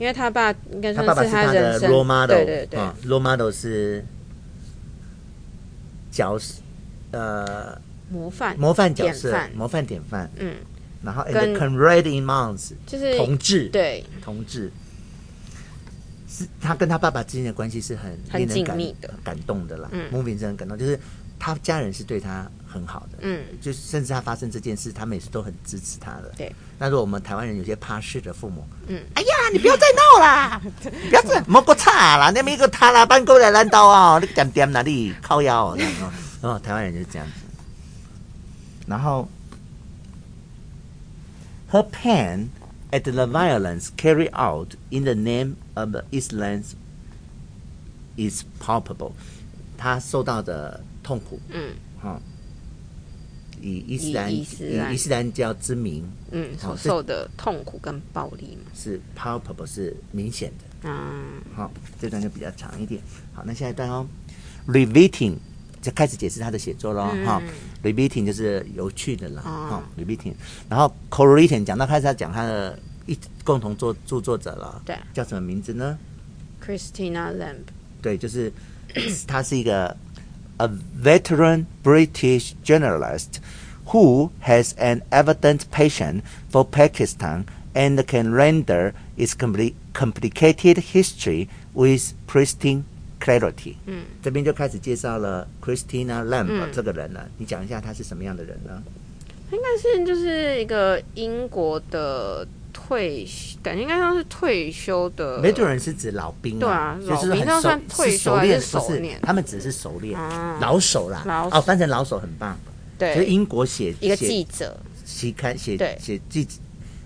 Speaker 2: 因为他爸应该
Speaker 1: 他爸
Speaker 2: 算
Speaker 1: 爸是他
Speaker 2: 人
Speaker 1: 的
Speaker 2: 生
Speaker 1: role model，
Speaker 2: 对对对，
Speaker 1: 啊 role model 是角色，呃，
Speaker 2: 模范
Speaker 1: 模范角色
Speaker 2: 典范，
Speaker 1: 模范典范。
Speaker 2: 嗯，
Speaker 1: 然后 and
Speaker 2: 跟
Speaker 1: Conrad in Mons
Speaker 2: 就是
Speaker 1: 同志，
Speaker 2: 对
Speaker 1: 同志是他跟他爸爸之间的关系是很
Speaker 2: 很
Speaker 1: 令人
Speaker 2: 紧
Speaker 1: 感
Speaker 2: 密的
Speaker 1: 感动的啦。
Speaker 2: 嗯
Speaker 1: Moving 是很感动，就是他家人是对他很好的，
Speaker 2: 嗯，
Speaker 1: 就是甚至他发生这件事，他们也是都很支持他的。
Speaker 2: 对，
Speaker 1: 那如果我们台湾人有些怕事的父母，
Speaker 2: 嗯，
Speaker 1: 哎呀，你不要再闹 啦，你不要再莫个差啦，那边一个他啦，搬过来烂刀啊，你点点哪里靠腰 哦，这样哦，然后台湾人就是这样子。然后，her pain at the violence carried out in the name of the Islam is palpable，她受到的痛苦，
Speaker 2: 嗯
Speaker 1: 哈、以伊斯兰
Speaker 2: 以伊斯兰
Speaker 1: 以伊斯兰教之名
Speaker 2: 嗯，
Speaker 1: 好
Speaker 2: 所
Speaker 1: 这
Speaker 2: 受的痛苦跟暴力嘛，
Speaker 1: 是 palpable 是明显的。
Speaker 2: 嗯，
Speaker 1: 好、这段就比较长一点。好，那下一段哦，reviting 就开始解释他的写作喽，哈、
Speaker 2: 嗯
Speaker 1: r e v i t i n g 就是有趣的啦，哈、
Speaker 2: 哦
Speaker 1: r e v i t i n g 然后 correlating 讲到开始要讲他的一共同作著作者了，
Speaker 2: 对
Speaker 1: 叫什么名字呢？
Speaker 2: Christina Lamb，
Speaker 1: 对，就是 他是一个 a veteran British journalist who has an evident passion for Pakistan and can render its compli- complicated history with pristine clarity。
Speaker 2: 嗯，
Speaker 1: 这边就开始介绍了 Christina Lamb、
Speaker 2: Mm. 嗯
Speaker 1: 这个人了。你讲一下他是什么样的人呢？
Speaker 2: 应该是就是一个英国的退，感觉应该像是退休的
Speaker 1: veteran 是指老兵、
Speaker 2: 对啊
Speaker 1: 就是
Speaker 2: 老兵那
Speaker 1: 很熟
Speaker 2: 算退
Speaker 1: 是
Speaker 2: 休
Speaker 1: 熟
Speaker 2: 还
Speaker 1: 练，
Speaker 2: 是
Speaker 1: 不
Speaker 2: 熟
Speaker 1: 是
Speaker 2: 练
Speaker 1: 他们只是熟练、
Speaker 2: 啊
Speaker 1: 老手啦。
Speaker 2: 老
Speaker 1: 哦，翻成老手很棒。就是
Speaker 2: 对
Speaker 1: 英国写
Speaker 2: 一个
Speaker 1: 写
Speaker 2: 记者，
Speaker 1: 期刊写
Speaker 2: 对
Speaker 1: 写记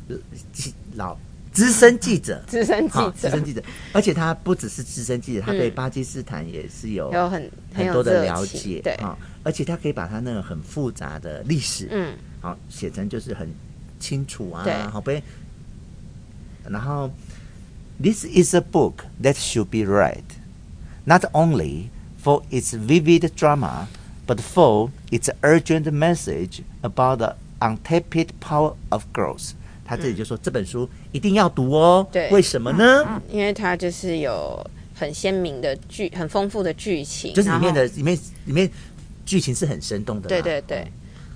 Speaker 1: 呃记老资深记者，
Speaker 2: 资深记
Speaker 1: 好资
Speaker 2: 者
Speaker 1: 深记者，而且他不只是资深记者，他对
Speaker 2: 嗯
Speaker 1: 巴基斯坦也是有
Speaker 2: 有很
Speaker 1: 很
Speaker 2: 有
Speaker 1: 多的
Speaker 2: 热
Speaker 1: 了
Speaker 2: 情
Speaker 1: 解，
Speaker 2: 对，
Speaker 1: 啊，而且他可以把他那个很复杂的历史，
Speaker 2: 嗯
Speaker 1: 好写成就是很清楚啊
Speaker 2: 对，
Speaker 1: 好被，然后，This is a book that should be read, not only for its vivid drama, but for its urgent message about the untapped power of girls。他这里就说这本书一定要读哦，
Speaker 2: 嗯对嗯
Speaker 1: 为什么呢？
Speaker 2: 因为它就是有很鲜明的剧，很丰富的剧情，
Speaker 1: 就是里
Speaker 2: 然后
Speaker 1: 面的里面里面剧情是很生动的啦，嗯
Speaker 2: 对对对，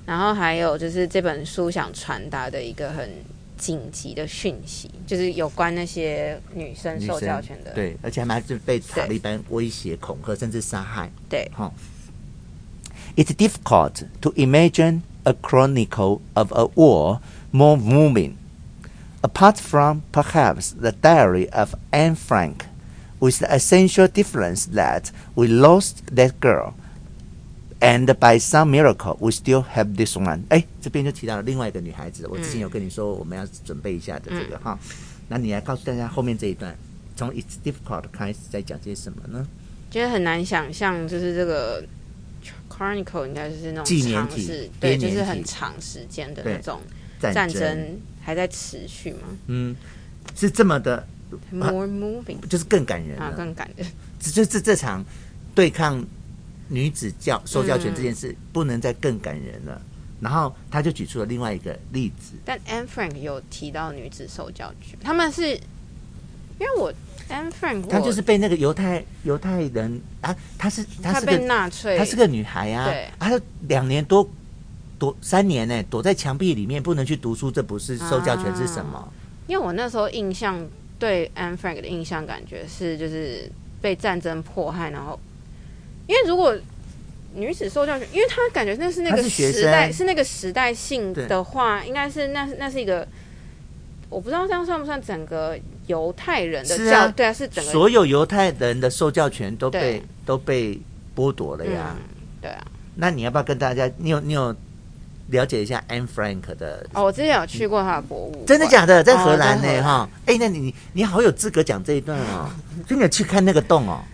Speaker 2: 然后还有就是这本书想传达的一个很紧急的讯息，就是有关那些女生
Speaker 1: 女
Speaker 2: 受
Speaker 1: 生
Speaker 2: 教权的，
Speaker 1: 对，而且他们还是被塔利班威胁、恐吓，甚至杀害。
Speaker 2: 对
Speaker 1: 哈。It's difficult to imagine a chronicle of a war more moving, apart from perhaps the diary of Anne Frank, with the essential difference that we lost that girl. And by some miracle, we still have this one。哎，这边就提到了另外一个女孩子，我之前有跟你说我们要准备一下的这个、哈。那你来告诉大家后面这一段，从 It's difficult 开始在讲些什么呢？
Speaker 2: 就是很难想象，就是这个 chronicle 应该就是那
Speaker 1: 纪
Speaker 2: 种
Speaker 1: 念
Speaker 2: 长
Speaker 1: 体
Speaker 2: 时，对，
Speaker 1: 编
Speaker 2: 就
Speaker 1: 年
Speaker 2: 是
Speaker 1: 体
Speaker 2: 很长时间的
Speaker 1: 对
Speaker 2: 那种
Speaker 1: 战
Speaker 2: 战争还在持续嘛
Speaker 1: 嗯，是这么的，
Speaker 2: ，more moving
Speaker 1: 就是更感人
Speaker 2: 啊，
Speaker 1: 了。
Speaker 2: 更感人，
Speaker 1: 这就这这场对抗女子教受教权这件事，
Speaker 2: 嗯
Speaker 1: 不能再更感人了。然后他就举出了另外一个例子，
Speaker 2: 但 Anne Frank 有提到女子受教权，他们是因为我 Anne Frank
Speaker 1: 她
Speaker 2: 我
Speaker 1: 就是被那个犹太犹太人啊，她是她
Speaker 2: 她
Speaker 1: 是
Speaker 2: 被
Speaker 1: 个
Speaker 2: 纳粹，
Speaker 1: 她是个女孩啊
Speaker 2: 对，
Speaker 1: 她就两年多躲三年呢、躲在墙壁里面不能去读书，这不是受教权是什么？
Speaker 2: 因为我那时候印象对 Anne Frank 的印象感觉是，就是被战争迫害，然后因为如果女子受教权，因为她感觉那是那
Speaker 1: 她
Speaker 2: 个
Speaker 1: 是学
Speaker 2: 时代
Speaker 1: 生
Speaker 2: 是那个时代性
Speaker 1: 对
Speaker 2: 的话，应该是那那是一个。我不知道这样算不算整个犹太人的
Speaker 1: 是
Speaker 2: 教？
Speaker 1: 啊
Speaker 2: 对啊，是整个
Speaker 1: 所有犹太人的受教权都被
Speaker 2: 对
Speaker 1: 都被剥夺了
Speaker 2: 嗯
Speaker 1: 呀。，
Speaker 2: 对啊。
Speaker 1: 那你要不要跟大家？你有你有了解一下 Anne Frank 的？
Speaker 2: 哦，我之前有去过他的博物馆，
Speaker 1: 真的假的？在荷兰
Speaker 2: 哦
Speaker 1: 呢、
Speaker 2: 在荷
Speaker 1: 哈、哎、那你你你好有资格讲这一段 哦。真的去看那个洞哦，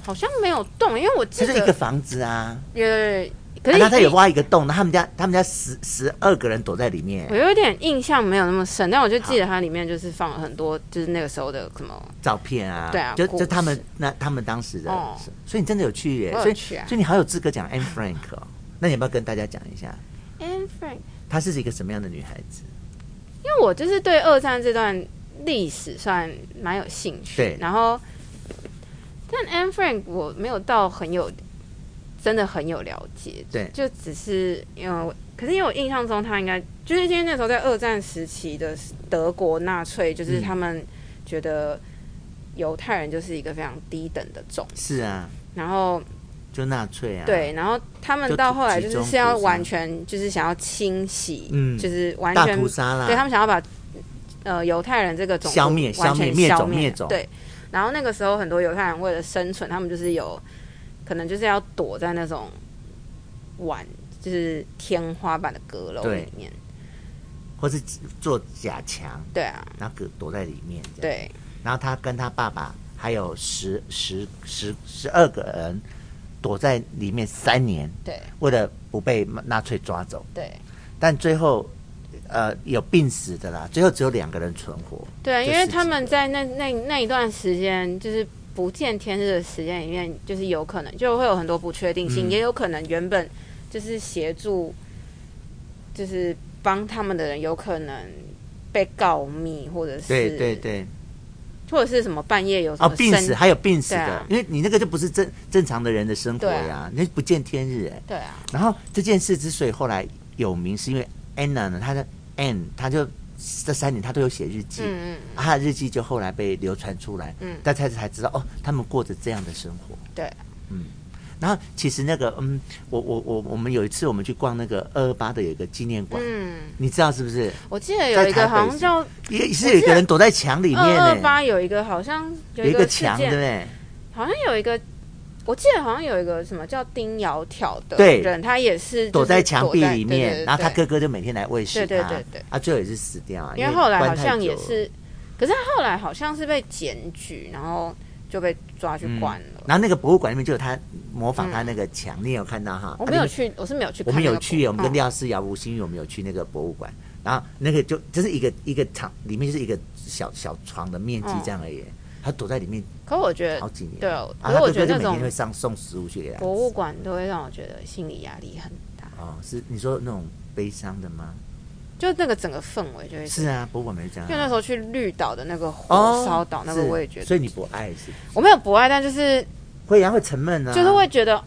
Speaker 2: 好像没有动，因为我
Speaker 1: 就
Speaker 2: 记
Speaker 1: 是
Speaker 2: 得
Speaker 1: 一个房子啊，
Speaker 2: 有有有可
Speaker 1: 然
Speaker 2: 是
Speaker 1: 后他
Speaker 2: 已
Speaker 1: 有
Speaker 2: 经
Speaker 1: 挖一个洞，然后他们家他们家十十二个人躲在里面
Speaker 2: 我，有点印象没有那么深，但我就记得它里面就是放了很多，就是那个时候的什么，
Speaker 1: 照片啊，
Speaker 2: 对啊
Speaker 1: 就
Speaker 2: 故
Speaker 1: 就
Speaker 2: 事
Speaker 1: 他们那他们当时的，
Speaker 2: 哦
Speaker 1: 所以你真的有去耶、
Speaker 2: 我有
Speaker 1: 所以
Speaker 2: 去啊
Speaker 1: 所以你好有资格讲 Anne Frank 哦。那你要不要跟大家讲一下，
Speaker 2: Anne Frank，
Speaker 1: 她是一个什么样的女孩子？
Speaker 2: 因为我就是对二战这段历史算蛮有兴趣，
Speaker 1: 对
Speaker 2: 然后但 Anne Frank 我没有到很有，真的很有了解，
Speaker 1: 对
Speaker 2: 就只是因为我，可是因为我印象中他应该就是因为那时候在二战时期的德国纳粹，就是他们觉得犹太人就是一个非常低等的种，
Speaker 1: 是啊，
Speaker 2: 然后
Speaker 1: 就纳粹啊，，
Speaker 2: 对，然后他们
Speaker 1: 就
Speaker 2: 到
Speaker 1: 集
Speaker 2: 后来
Speaker 1: 集
Speaker 2: 就是
Speaker 1: 中
Speaker 2: 是要
Speaker 1: 屠杀
Speaker 2: 完全就是想要清洗，
Speaker 1: 嗯
Speaker 2: 就是完
Speaker 1: 大
Speaker 2: 全
Speaker 1: 屠杀啦，
Speaker 2: 对他们想要把呃犹太人这个种族
Speaker 1: 消灭
Speaker 2: 完全
Speaker 1: 消灭灭种
Speaker 2: 消
Speaker 1: 灭种
Speaker 2: 对，然后那个时候很多犹太人为了生存，他们就是有可能就是要躲在那种碗，就是天花板的阁楼
Speaker 1: 对
Speaker 2: 里面。
Speaker 1: 或是做假墙，
Speaker 2: 对啊，
Speaker 1: 然后躲在里面这样。
Speaker 2: 对，
Speaker 1: 然后他跟他爸爸还有十十十十二个人躲在里面三年，
Speaker 2: 对，
Speaker 1: 为了不被纳粹抓走。
Speaker 2: 对，
Speaker 1: 但最后，呃，有病死的啦，最后只有两个人存活。
Speaker 2: 对啊，
Speaker 1: 这
Speaker 2: 因为
Speaker 1: 十几
Speaker 2: 他们
Speaker 1: 年
Speaker 2: 在那那那一段时间就是。不见天日的时间里面，就是有可能就会有很多不确定性，
Speaker 1: 嗯
Speaker 2: 也有可能原本就是协助，就是帮他们的人有可能被告密，或者是
Speaker 1: 对对对，
Speaker 2: 或者是什么半夜有什
Speaker 1: 哦，
Speaker 2: 么
Speaker 1: 病
Speaker 2: 生
Speaker 1: 死还有病死的，
Speaker 2: 对啊
Speaker 1: 因为你那个就不是正正常的人的生活
Speaker 2: 对啊
Speaker 1: 呀、那不见天日哎、
Speaker 2: 对啊，
Speaker 1: 然后这件事之所以后来有名，是因为 Anna 呢，她的 Anne，她就这三年她都有写日记，
Speaker 2: 嗯嗯，
Speaker 1: 啊她的日记就后来被流传出来，
Speaker 2: 嗯
Speaker 1: 大家才知道哦，他们过着这样的生活。嗯
Speaker 2: 对，
Speaker 1: 然后其实那个，嗯，我我我我们有一次我们去逛那个二二八的有一个纪念馆，
Speaker 2: 嗯，
Speaker 1: 你知道是不是？
Speaker 2: 我记得有一
Speaker 1: 在台
Speaker 2: 个
Speaker 1: 北
Speaker 2: 好像叫
Speaker 1: 也是有一个人躲在墙里面
Speaker 2: 二二
Speaker 1: 呢、
Speaker 2: 八，有一个好像有
Speaker 1: 有一
Speaker 2: 个
Speaker 1: 个
Speaker 2: 事
Speaker 1: 墙，对不
Speaker 2: 件，
Speaker 1: 对？
Speaker 2: 好像有一个，我记得好像有一个什么叫丁窈窕的
Speaker 1: 对
Speaker 2: 人，他也是就是
Speaker 1: 躲在墙壁里面，
Speaker 2: 躲在对对对
Speaker 1: 然后他哥哥就每天来喂食他，
Speaker 2: 对对对对
Speaker 1: 啊，最后也是死掉啊，
Speaker 2: 因
Speaker 1: 为
Speaker 2: 为后来好
Speaker 1: 关太
Speaker 2: 像也
Speaker 1: 久了
Speaker 2: 是，可是他后来好像是被检举，然后就被抓去关了。
Speaker 1: 然后那个博物馆里面就有他模仿他那个墙，你也有看到哈？
Speaker 2: 我
Speaker 1: 啊
Speaker 2: 没有
Speaker 1: 你
Speaker 2: 去，我是没有去
Speaker 1: 我
Speaker 2: 看
Speaker 1: 们
Speaker 2: 那
Speaker 1: 有
Speaker 2: 个博物馆，
Speaker 1: 去，我们跟
Speaker 2: 嗯
Speaker 1: 廖思瑶、吴欣玉，我们有去那个博物馆，然后那个就就是一个一个场，里面就是一个小小床的面积这样而已。他躲在里面
Speaker 2: 可我觉得
Speaker 1: 好几年，
Speaker 2: 嗯对
Speaker 1: 啊
Speaker 2: 哦，可
Speaker 1: 他
Speaker 2: 是我
Speaker 1: 哥
Speaker 2: 觉
Speaker 1: 哥
Speaker 2: 得
Speaker 1: 就
Speaker 2: 那
Speaker 1: 每天
Speaker 2: 种
Speaker 1: 会上送食物去给他
Speaker 2: 博物馆都会让我觉得心理压力很大，
Speaker 1: 哦，是你说那种悲伤的吗？
Speaker 2: 就那个整个氛围就会
Speaker 1: 是啊，博物馆没这样
Speaker 2: 因为那
Speaker 1: 啊。
Speaker 2: 时候去绿岛的那个火
Speaker 1: 哦，
Speaker 2: 烧岛那个，
Speaker 1: 是
Speaker 2: 我也觉得
Speaker 1: 所以你不爱是不是
Speaker 2: 我没有不爱，但就是
Speaker 1: 会啊，会沉闷啊，
Speaker 2: 就是会觉得，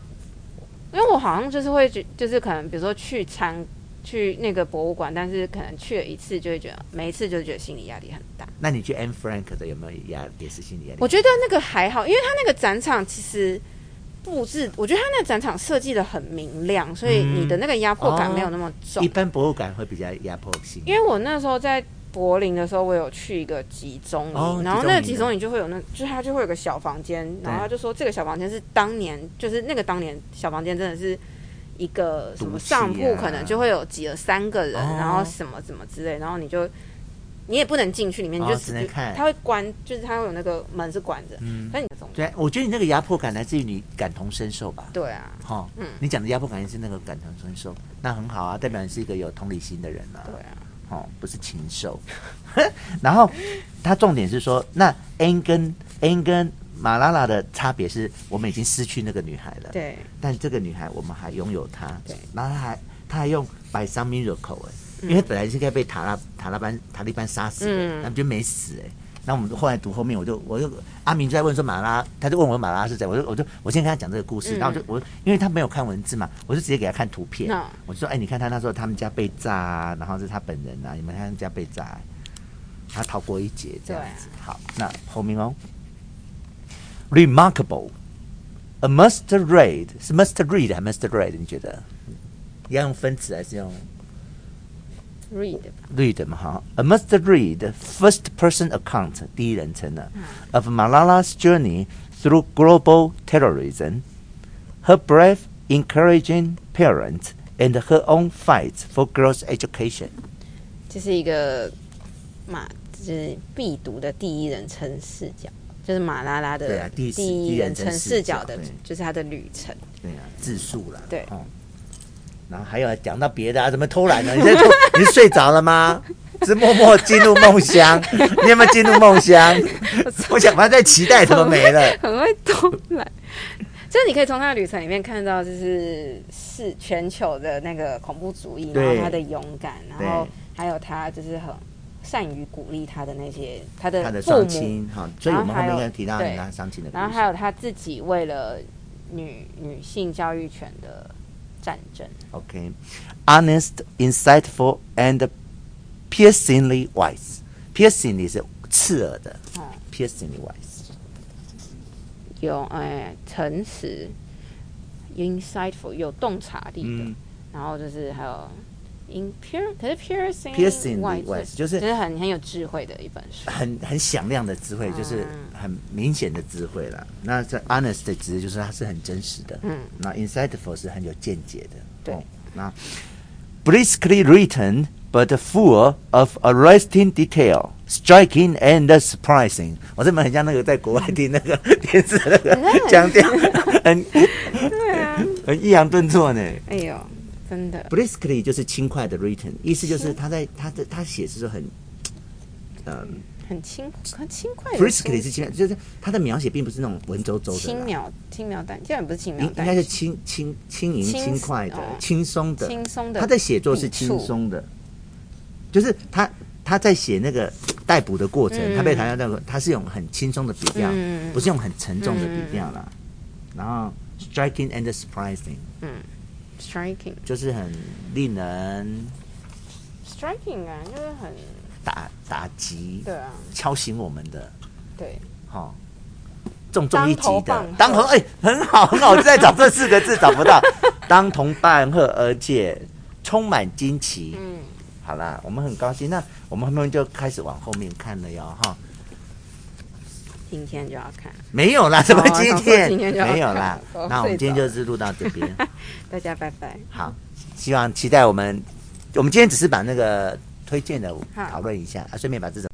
Speaker 2: 因为我好像就是会觉，就是可能比如说去参去那个博物馆，但是可能去了一次就会觉得，每一次就觉得心理压力很大。
Speaker 1: 那你去 Anne Frank 的有没有压也是心理压力？
Speaker 2: 我觉得那个还好，因为它那个展场其实。布置，我觉得它那个展场设计的很明亮，所以你的那个压迫感
Speaker 1: 哦
Speaker 2: 没有那么重。
Speaker 1: 一般博物馆会比较压迫啊性，
Speaker 2: 因为我那时候在柏林的时候，我有去一个集中营，
Speaker 1: 哦
Speaker 2: 然后那个
Speaker 1: 集中营
Speaker 2: 集中营就会有那，就是它就会有个小房间，然后
Speaker 1: 对
Speaker 2: 他就说这个小房间是当年，就是那个当年小房间真的是一个什
Speaker 1: 毒
Speaker 2: 么
Speaker 1: 气啊
Speaker 2: 上铺，可能就会有挤了三个人，
Speaker 1: 哦
Speaker 2: 然后什么什么之类，然后你就。你也不能进去里面，
Speaker 1: 哦
Speaker 2: 你就
Speaker 1: 只能看
Speaker 2: 它会关，就是它会有那个门是关着，嗯，但你总
Speaker 1: 对，啊我觉得你那个压迫感来自于你感同身受吧，
Speaker 2: 对啊，
Speaker 1: 哈、
Speaker 2: 嗯
Speaker 1: 你讲的压迫感是那个感同身受，那很好啊，代表你是一个有同理心的人啊
Speaker 2: 对，啊，
Speaker 1: 哦，不是禽兽。 然后他重点是说，那 N 跟 N 跟马拉拉的差别是我们已经失去那个女孩了，
Speaker 2: 对，
Speaker 1: 但这个女孩我们还拥有她，
Speaker 2: 对
Speaker 1: 然后她还她还用 by some miracle 哎、因为本来是应该被塔拉塔拉班塔利班杀死的，
Speaker 2: 嗯
Speaker 1: 那、就没死哎、那我们后来读后面，我就我就阿明就在问说马拉，他就问我马拉是谁，我就我就我先跟他讲这个故事，
Speaker 2: 嗯
Speaker 1: 然后我就我因为他没有看文字嘛，我就直接给他看图片，
Speaker 2: 那
Speaker 1: 我就说哎、你看他那时候他们家被炸啊，然后是他本人啊，你们看他们家被炸、啊他逃过一劫这样子。好，那后面哦，remarkable。A must read 是 must read 还 must read？你觉得你要用分词还是用
Speaker 2: read 吧，
Speaker 1: read 嘛？哈，A must read first person account 第一人称呢、of Malala's journey through global terrorism, her brave, encouraging parents, and her own fight for girls' education。
Speaker 2: 这是一个马，就是必读的第一人称视角，就是马拉拉
Speaker 1: 对
Speaker 2: 的
Speaker 1: 啊第一次
Speaker 2: 一人称视角
Speaker 1: 第一
Speaker 2: 的
Speaker 1: 人称视角，
Speaker 2: 就是他的旅程。
Speaker 1: 对啊，自述啦。
Speaker 2: 对
Speaker 1: 哦、然后还有讲到别的啊，怎么偷懒呢？你在偷， 你是睡着了吗？是默默进入梦 乡？你有没有进入梦乡？我想，我还在期待，怎么没了？
Speaker 2: 很会偷懒。就是你可以从他的旅程里面看到，就是是全球的那个恐怖主义，然
Speaker 1: 对
Speaker 2: 后他的勇敢，
Speaker 1: 对
Speaker 2: 然后还有他就是很善于鼓励他的那些他
Speaker 1: 他的
Speaker 2: 的父
Speaker 1: 伤
Speaker 2: 母，
Speaker 1: 亲哈，好所以我们后面
Speaker 2: 然后
Speaker 1: 应
Speaker 2: 还有
Speaker 1: 该提到
Speaker 2: 对
Speaker 1: 他伤亲的故
Speaker 2: 然后还
Speaker 1: 事。
Speaker 2: 有他自己为了女女性教育权的战争。
Speaker 1: OK, honest, insightful, and piercingly wise. Piercingly 是刺耳的
Speaker 2: 哦
Speaker 1: ，piercingly wise。
Speaker 2: 有哎诚实，insightful 有洞察力的，
Speaker 1: 嗯
Speaker 2: 然后就是还有 in pure，可是 piercing
Speaker 1: Piercing
Speaker 2: wise-
Speaker 1: wise，就是
Speaker 2: 就是很很有智慧的一本书。
Speaker 1: 很很响亮的智
Speaker 2: 嗯
Speaker 1: 慧，就是很明显的智慧啦。那这 honest 的指就是它是很真实的，
Speaker 2: 嗯，
Speaker 1: 那 insightful 是很有见解的，
Speaker 2: 对
Speaker 1: 哦那 briskly written but full of arresting detail, striking and surprising。我这本很像那个在国外听 那个电视那个腔调，很
Speaker 2: 哎对啊，
Speaker 1: 很抑扬顿挫呢。
Speaker 2: 哎呦，真的，
Speaker 1: briskly 就是轻快的 written，意思就是他在他的他写是很，嗯。
Speaker 2: 很轻很轻快的
Speaker 1: briskly 是
Speaker 2: 书
Speaker 1: 轻描，就是它的描写并不是那种文绉绉的啦，
Speaker 2: 轻描轻描淡，这然不是轻
Speaker 1: 应
Speaker 2: 描
Speaker 1: 应
Speaker 2: 淡，
Speaker 1: 该是轻轻轻盈、
Speaker 2: 轻
Speaker 1: 轻快的
Speaker 2: 哦、
Speaker 1: 轻松的。
Speaker 2: 轻松的
Speaker 1: 他的写作是
Speaker 2: 笔触
Speaker 1: 轻松的，就是他他在写那个逮捕的过程，
Speaker 2: 嗯
Speaker 1: 他被谈到那个，他是用很轻松的笔调，
Speaker 2: 嗯
Speaker 1: 不是用很沉重的笔调啦。然后 striking and surprising
Speaker 2: striking
Speaker 1: 就是很令人
Speaker 2: striking 啊，就是很
Speaker 1: 打打击、
Speaker 2: 对啊，
Speaker 1: 敲醒我们的。
Speaker 2: 对，
Speaker 1: 哈、重重一击的
Speaker 2: 当
Speaker 1: 当
Speaker 2: 头
Speaker 1: 头
Speaker 2: 棒喝
Speaker 1: 哎、很好很好，我就在找这四个字找不 到，当头棒喝，而且充满惊奇。
Speaker 2: 嗯，
Speaker 1: 好啦，我们很高兴，那我们后面就开始往后面看了哟哈。
Speaker 2: 今天就要看，
Speaker 1: 没有啦，什么
Speaker 2: 哦
Speaker 1: 今
Speaker 2: 想说
Speaker 1: 天,、
Speaker 2: 今天就要哦
Speaker 1: 没有 啦
Speaker 2: 看我。
Speaker 1: 那我们今天
Speaker 2: 睡着
Speaker 1: 就是录到这边，
Speaker 2: 大家拜拜。
Speaker 1: 好，希望期待我们，我们今天只是把那个推荐的
Speaker 2: 好
Speaker 1: 讨论一下，啊，顺便把这种。